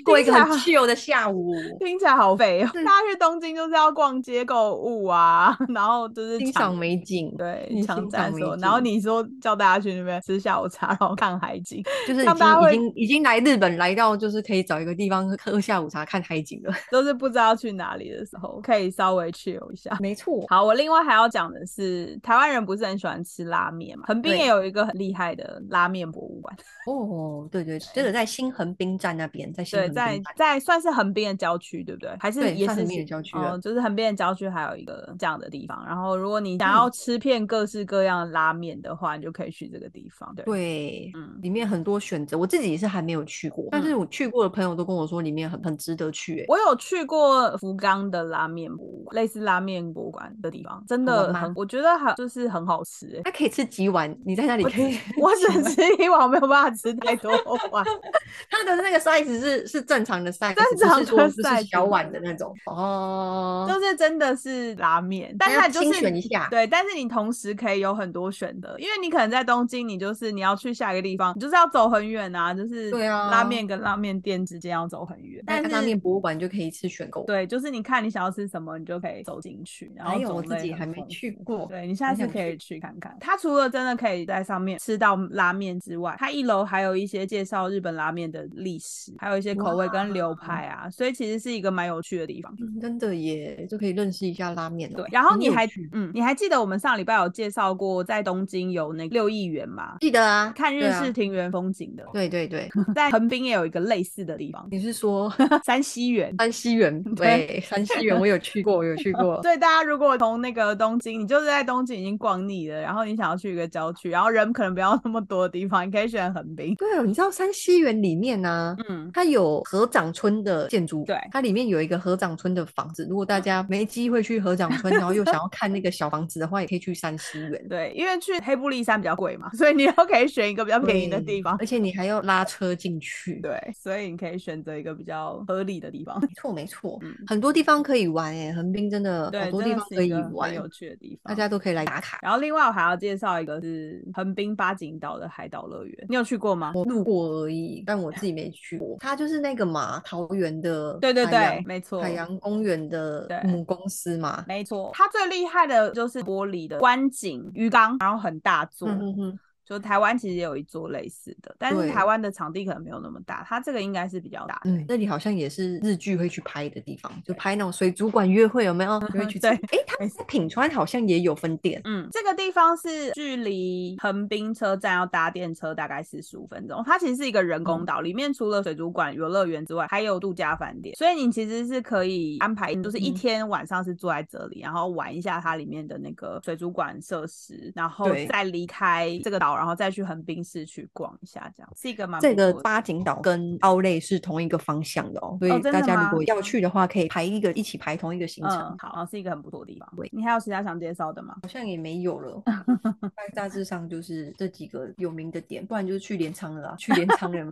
Speaker 1: 过一
Speaker 2: 听
Speaker 1: 个
Speaker 2: 起来
Speaker 1: 很
Speaker 2: 好
Speaker 1: chill 的下午，
Speaker 2: 听起来好废哦！
Speaker 1: 对
Speaker 2: 大家去东京就是要逛街购物啊， 然后就是
Speaker 1: 欣
Speaker 2: 抢
Speaker 1: 赏美景，
Speaker 2: 对
Speaker 1: 嗯
Speaker 2: 抢
Speaker 1: 欣
Speaker 2: 占
Speaker 1: 赏
Speaker 2: 所有，
Speaker 1: 美
Speaker 2: 然后
Speaker 1: 景
Speaker 2: 你说叫大家去那边吃下午茶，然 后看海景，
Speaker 1: 就是已
Speaker 2: 让大
Speaker 1: 经
Speaker 2: 家会
Speaker 1: 已经已经来日本来到就是可以找一个地方喝喝下午茶看海景 了。
Speaker 2: 都是不知道去哪里的时候，可以稍微 chill 一下。
Speaker 1: 没错，
Speaker 2: 好，我另外还要讲的是，台湾人不是很喜欢吃拉面嘛？横滨也
Speaker 1: 对
Speaker 2: 有一个很厉害的拉面博物馆，
Speaker 1: 哦，对对，这个在新横滨站那边，在新
Speaker 2: 对，
Speaker 1: 横
Speaker 2: 在
Speaker 1: 滨站，
Speaker 2: 在算是横滨的郊区，对不对？还是
Speaker 1: 对
Speaker 2: 也
Speaker 1: 算
Speaker 2: 是
Speaker 1: 横滨
Speaker 2: 西
Speaker 1: 的郊区
Speaker 2: 哦，
Speaker 1: 了
Speaker 2: 就是横滨的郊区还有一个这样的地方。然后，如果你
Speaker 1: 嗯
Speaker 2: 想要吃遍各式各样的拉面的话，你就可以去这个地方。对，
Speaker 1: 对，
Speaker 2: 嗯，
Speaker 1: 里面很多选择，我自己是还没有去过，但是
Speaker 2: 嗯
Speaker 1: 我去过的朋友都跟我说里面很很值得去、欸，
Speaker 2: 我有去过福冈的拉面博物馆，类似拉面博物馆的地方，真
Speaker 1: 好玩
Speaker 2: 的很
Speaker 1: 吗，
Speaker 2: 我觉得很就是很好吃、 欸。
Speaker 1: 那可以吃几碗？你在那里
Speaker 2: 我
Speaker 1: 可以
Speaker 2: 只我
Speaker 1: 吃
Speaker 2: 只
Speaker 1: 几碗
Speaker 2: 吃一碗，我没有办法吃太 多碗。
Speaker 1: 它的那个 size 是是正常的 size，
Speaker 2: 正
Speaker 1: 不是
Speaker 2: 常的
Speaker 1: 说就
Speaker 2: size 啊
Speaker 1: 是小碗的那种哦。
Speaker 2: 就是真的是拉面，但
Speaker 1: 那要
Speaker 2: 它就是
Speaker 1: 精选一下
Speaker 2: 对，但是你同时可以有很多选择，因为你可能在东京，你就是你要去下一个地方，你就是要走很远啊，就是
Speaker 1: 对啊
Speaker 2: 拉面跟拉面店之间要走很远，
Speaker 1: 那
Speaker 2: 但
Speaker 1: 拉面
Speaker 2: 是。
Speaker 1: 博物馆就可以一次选购。
Speaker 2: 对，就是你看你想要吃什么，你就可以走进去，然后
Speaker 1: 还有我
Speaker 2: 种
Speaker 1: 自
Speaker 2: 类
Speaker 1: 己
Speaker 2: 很
Speaker 1: 还没
Speaker 2: 丰富
Speaker 1: 去过，
Speaker 2: 对你下
Speaker 1: 很
Speaker 2: 次
Speaker 1: 想
Speaker 2: 可以
Speaker 1: 去。
Speaker 2: 去看看。它除了真的可以在上面吃到拉面之外，它一楼还有一些介绍日本拉面的历史，还有一些口味跟流派啊，所以其实是一个蛮有趣的地方。
Speaker 1: 嗯真的耶，就可以认识一下拉面了。哦
Speaker 2: 对，然后
Speaker 1: 很
Speaker 2: 你
Speaker 1: 有
Speaker 2: 还
Speaker 1: 趣
Speaker 2: 嗯，你还记得我们上礼拜有介绍过在东京有那个六亿元吗？
Speaker 1: 记得啊，
Speaker 2: 看
Speaker 1: 对
Speaker 2: 日
Speaker 1: 啊
Speaker 2: 式庭园风景的，
Speaker 1: 对对 对，
Speaker 2: 在横滨也有一个类似的地方，
Speaker 1: 你是说
Speaker 2: 山西园。
Speaker 1: 山西园？
Speaker 2: 对
Speaker 1: 对，山西园我有去过，我有去 过。
Speaker 2: 所以大家如果从那个东京，你就是在东京已经逛腻了，然后你想要去一个郊区，然后人可能不要那么多的地方，你可以选横滨。
Speaker 1: 对哦，你知道山西园里面呢、
Speaker 2: 嗯，
Speaker 1: 它有合掌村的建筑，
Speaker 2: 对嗯
Speaker 1: 它里面有一个合掌村的房子。如果大家没机会去合掌村，然后又想要看那个小房子的话，也可以去山西园。
Speaker 2: 对，因为去黑布利山比较贵嘛，所以你又可以选一个比较便宜的
Speaker 1: 对
Speaker 2: 地方。
Speaker 1: 嗯而且你还要拉车进去。
Speaker 2: 对，所以你可以选择一个比较合理的地方。
Speaker 1: 没错没错，
Speaker 2: 嗯，
Speaker 1: 很多地方可以玩诶、横滨真的
Speaker 2: 对，
Speaker 1: 好多
Speaker 2: 真
Speaker 1: 地
Speaker 2: 的
Speaker 1: 方可
Speaker 2: 是一
Speaker 1: 以
Speaker 2: 个很
Speaker 1: 玩，
Speaker 2: 有趣的地
Speaker 1: 大
Speaker 2: 方。
Speaker 1: 家都可以来打卡。
Speaker 2: 然后另外我还要介绍一个是横滨八景岛的海岛乐园，你有去过吗？
Speaker 1: 我路过而已，但我自己没去过。它就是那个嘛，桃园的
Speaker 2: 对对
Speaker 1: 海
Speaker 2: 对
Speaker 1: 洋，
Speaker 2: 没错，
Speaker 1: 海洋公园的
Speaker 2: 对
Speaker 1: 母公司嘛。
Speaker 2: 没错。它最厉害的就是玻璃的观景鱼缸，然后很大座。
Speaker 1: 嗯哼哼，
Speaker 2: 就台湾其实也有一座类似的，但是
Speaker 1: 对
Speaker 2: 台湾的场地可能没有那么大，它这个应该是比较大的。
Speaker 1: 嗯，这里好像也是日剧会去拍的地方，就拍那种水族馆约会有没有？就会去这
Speaker 2: 对
Speaker 1: 里。哎，它在品川好像也有分店。
Speaker 2: 嗯，这个地方是距离横滨车站要搭电车大概四十五分钟。它其实是一个人工
Speaker 1: 嗯
Speaker 2: 岛，里面除了水族馆、游乐园之外，还有度假饭店，所以你其实是可以安排，就是一
Speaker 1: 嗯
Speaker 2: 天晚上是住在这里，然后玩一下它里面的那个水族馆设施，然后
Speaker 1: 对
Speaker 2: 再离开这个岛，然后再去横滨市去逛一下，这样是一个蛮
Speaker 1: 这
Speaker 2: 不
Speaker 1: 个
Speaker 2: 错的
Speaker 1: 八景岛跟奥类是同一个方向的哦，所
Speaker 2: 哦
Speaker 1: 以
Speaker 2: 真
Speaker 1: 大
Speaker 2: 的
Speaker 1: 家如
Speaker 2: 吗
Speaker 1: 果要去的话，可以排一个一起排同一个行程
Speaker 2: 嗯，，好，是一个很不错的地方
Speaker 1: 对。
Speaker 2: 你还有其他想介绍的吗？
Speaker 1: 好像也没有了。大大致上就是这几个有名的点，不然就是去镰仓了啊，去镰仓了嘛。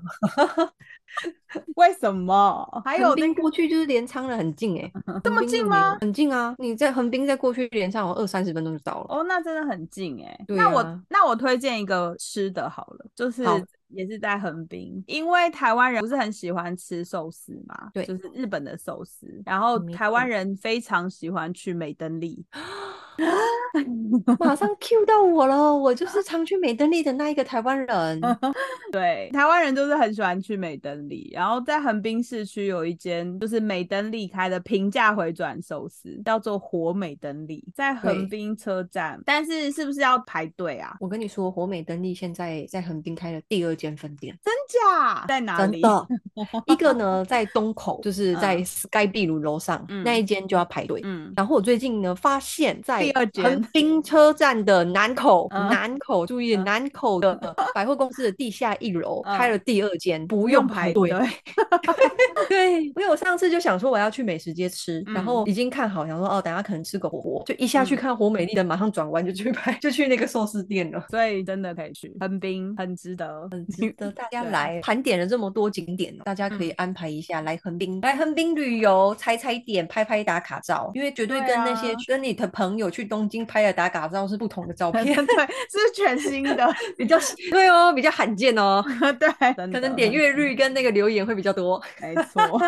Speaker 2: 为什么？ 还有
Speaker 1: 横
Speaker 2: 那
Speaker 1: 滨
Speaker 2: 个
Speaker 1: 过去就是镰仓了，很近 哎、这么
Speaker 2: 近吗？
Speaker 1: 很近啊！你在横滨再过去镰仓，我二三十分钟就到了。
Speaker 2: 哦，那真的很近哎、
Speaker 1: 对
Speaker 2: 那我
Speaker 1: 啊
Speaker 2: 那我推荐一个吃的好了，就是
Speaker 1: 好
Speaker 2: 也是在横滨，因为台湾人不是很喜欢吃寿司嘛，
Speaker 1: 对
Speaker 2: 就是日本的寿司。然后
Speaker 1: 没
Speaker 2: 台湾
Speaker 1: 错
Speaker 2: 人非常喜欢去美登利，哦
Speaker 1: 马上 Q 到我了，我 就是常去美登利的那一个台湾人。
Speaker 2: 对，台湾人就是很喜欢去美登利，然后在横滨市区有一间就是美登利开的平价回转寿司，叫做活美登利，在横
Speaker 1: 对
Speaker 2: 滨车站，但是是不是要排队啊？
Speaker 1: 我跟你说，活美登利现在在横滨开了第二间分店，
Speaker 2: 真假？在哪
Speaker 1: 真
Speaker 2: 里？
Speaker 1: 的。一个呢在东口，就是在
Speaker 2: 嗯
Speaker 1: Sky 壁炉楼上、
Speaker 2: 嗯
Speaker 1: 那一间就要排队。
Speaker 2: 嗯，
Speaker 1: 然后我最近呢，发现在
Speaker 2: 第二间
Speaker 1: 横滨车站的南口，
Speaker 2: 嗯
Speaker 1: 南口注意，
Speaker 2: 嗯
Speaker 1: 南口的百货公司的地下一楼
Speaker 2: 嗯
Speaker 1: 开了第二间，不
Speaker 2: 不
Speaker 1: 用
Speaker 2: 排
Speaker 1: 排队。
Speaker 2: 队
Speaker 1: 对，因为我上次就想说我要去美食街吃，然
Speaker 2: 嗯
Speaker 1: 后已经看好，想说哦，等下可能吃个火锅，就一下去
Speaker 2: 嗯
Speaker 1: 看火美丽的，马上转弯就去排，就去那个寿司店了。
Speaker 2: 所以真的可以去横滨，很值得，很
Speaker 1: 值得大家
Speaker 2: 对
Speaker 1: 来盘点了这么多景点哦，大家可以
Speaker 2: 嗯
Speaker 1: 安排一下来横滨，来横滨旅游，踩踩点，拍拍打卡照，因为绝对
Speaker 2: 对
Speaker 1: 跟那些
Speaker 2: 啊
Speaker 1: 跟你的朋友去东京拍的打卡照是不同的照 片，
Speaker 2: 对，是全新的，
Speaker 1: 比较对哦，比较罕见哦，
Speaker 2: 对，
Speaker 1: 可
Speaker 2: 真的
Speaker 1: 能点阅率跟那个留言会比较多。
Speaker 2: 没错，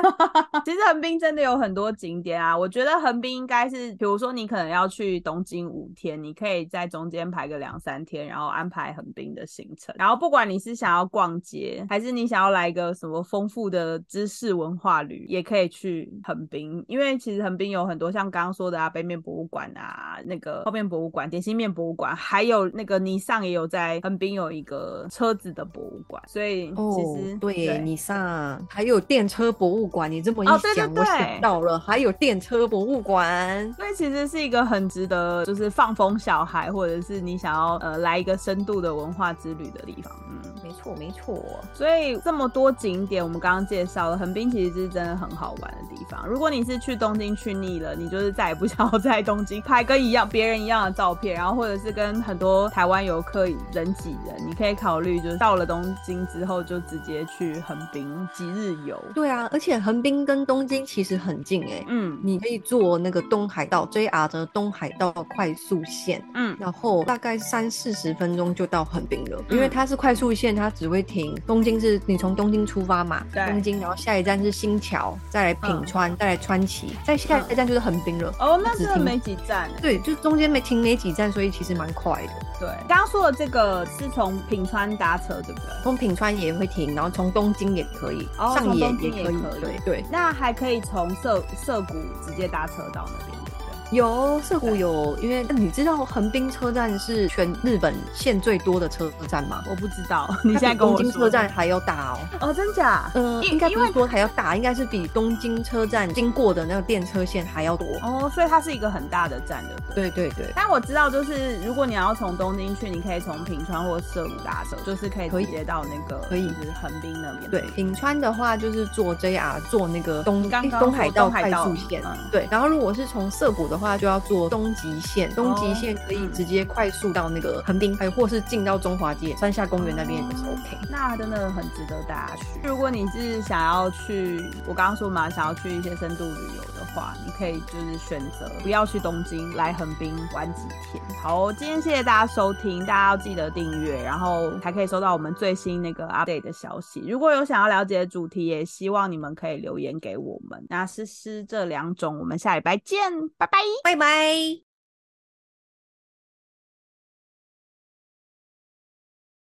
Speaker 2: 其实横滨真的有很多景点啊。我觉得横滨应该是，比如说你可能要去东京五天，你可以在中间排个两三天，然后安排横滨的行程。然后不管你是想要逛街，还是你想要来一个什么丰富的知识文化旅，也可以去横滨，因为其实横滨有很多像刚刚说的啊，北面博物馆啊，那个后面博物馆、点心面博物馆，还有那个尼桑也有在横滨有一个车子的博物馆，所以其实、
Speaker 1: 哦对，你上还有电车博物馆，你这么一
Speaker 2: 哦
Speaker 1: 讲，
Speaker 2: 对对
Speaker 1: 我
Speaker 2: 对
Speaker 1: 想到了，还有电车博物馆。
Speaker 2: 所以其实是一个很值得就是放风小孩，或者是你想要呃来一个深度的文化之旅的地方。嗯，
Speaker 1: 没错，没错，
Speaker 2: 所以这么多景点，我们刚刚介绍了，横滨其实是真的很好玩的地方。如果你是去东京去腻了，你就是再也不想要在东京拍跟一样别人一样的照片，然后或者是跟很多台湾游客人挤人，你可以考虑就是到了东京之后就直接去横滨即日游。
Speaker 1: 对啊，而且横滨跟东京其实很近哎、
Speaker 2: 嗯
Speaker 1: 你可以坐那个东海道 JR 的东海道快速线，
Speaker 2: 嗯
Speaker 1: 然后大概三四十分钟就到横滨了，
Speaker 2: 嗯
Speaker 1: 因为它是快速线，它只会停东京是你从东京出发嘛，
Speaker 2: 对嗯
Speaker 1: 东京，然后下一站是新桥，再来品川，再来川崎，再下一站就是横滨了。
Speaker 2: 哦，那
Speaker 1: 只
Speaker 2: 真的
Speaker 1: 听
Speaker 2: 没几站欸
Speaker 1: 对，就中间没停没几站，所以其实蛮快的。
Speaker 2: 对，刚刚说的这个是从品川搭车，对不对？
Speaker 1: 从品川也会停，然后从东京也可以，
Speaker 2: 哦
Speaker 1: 上野
Speaker 2: 从东京也
Speaker 1: 可以
Speaker 2: 可以。
Speaker 1: 对对，
Speaker 2: 那还可以从涩涩谷直接搭车到那边，对不对？
Speaker 1: 有涩谷有，因为你知道横滨车站是全日本线最多的车站吗？
Speaker 2: 我不知道，你
Speaker 1: 它
Speaker 2: 现在
Speaker 1: 比
Speaker 2: 跟我
Speaker 1: 东京
Speaker 2: 说
Speaker 1: 车站还要大哦。
Speaker 2: 哦，真假？
Speaker 1: 嗯，
Speaker 2: 因
Speaker 1: 应该
Speaker 2: 因
Speaker 1: 不
Speaker 2: 为
Speaker 1: 是说还要大，应该是比东京车站经过的那个电车线还要多。
Speaker 2: 哦，所以它是一个很大的站，对不对？
Speaker 1: 对对对，
Speaker 2: 但我知道，就是如果你要从东京去，你可以从品川或涩谷搭车，就是可以
Speaker 1: 可以
Speaker 2: 直接到那个
Speaker 1: 可以
Speaker 2: 就是横滨那边。
Speaker 1: 对，品川的话就是坐 JR 坐那个东
Speaker 2: 刚
Speaker 1: 诶
Speaker 2: 刚
Speaker 1: 东
Speaker 2: 说
Speaker 1: 海
Speaker 2: 东
Speaker 1: 道
Speaker 2: 海
Speaker 1: 快
Speaker 2: 道
Speaker 1: 速线
Speaker 2: 嗯。
Speaker 1: 对，然后如果是从涩谷的话，就要坐东极线，东
Speaker 2: 哦
Speaker 1: 极线可以
Speaker 2: 嗯
Speaker 1: 直接快速到那个横滨，还有或是进到中华街、山下公园那边也是 OK。
Speaker 2: 那真的很值得大家去。如果你是想要去，我刚刚说嘛，想要去一些深度旅游的话，你可以就是选择不要去东京，来横滨玩几天。好，今天谢谢大家收听，大家要记得订阅，然后还可以收到我们最新那个 update 的消息。如果有想要了解的主题，也希望你们可以留言给我们。那诗诗这两种，我们下礼拜见，拜拜。
Speaker 1: 拜拜。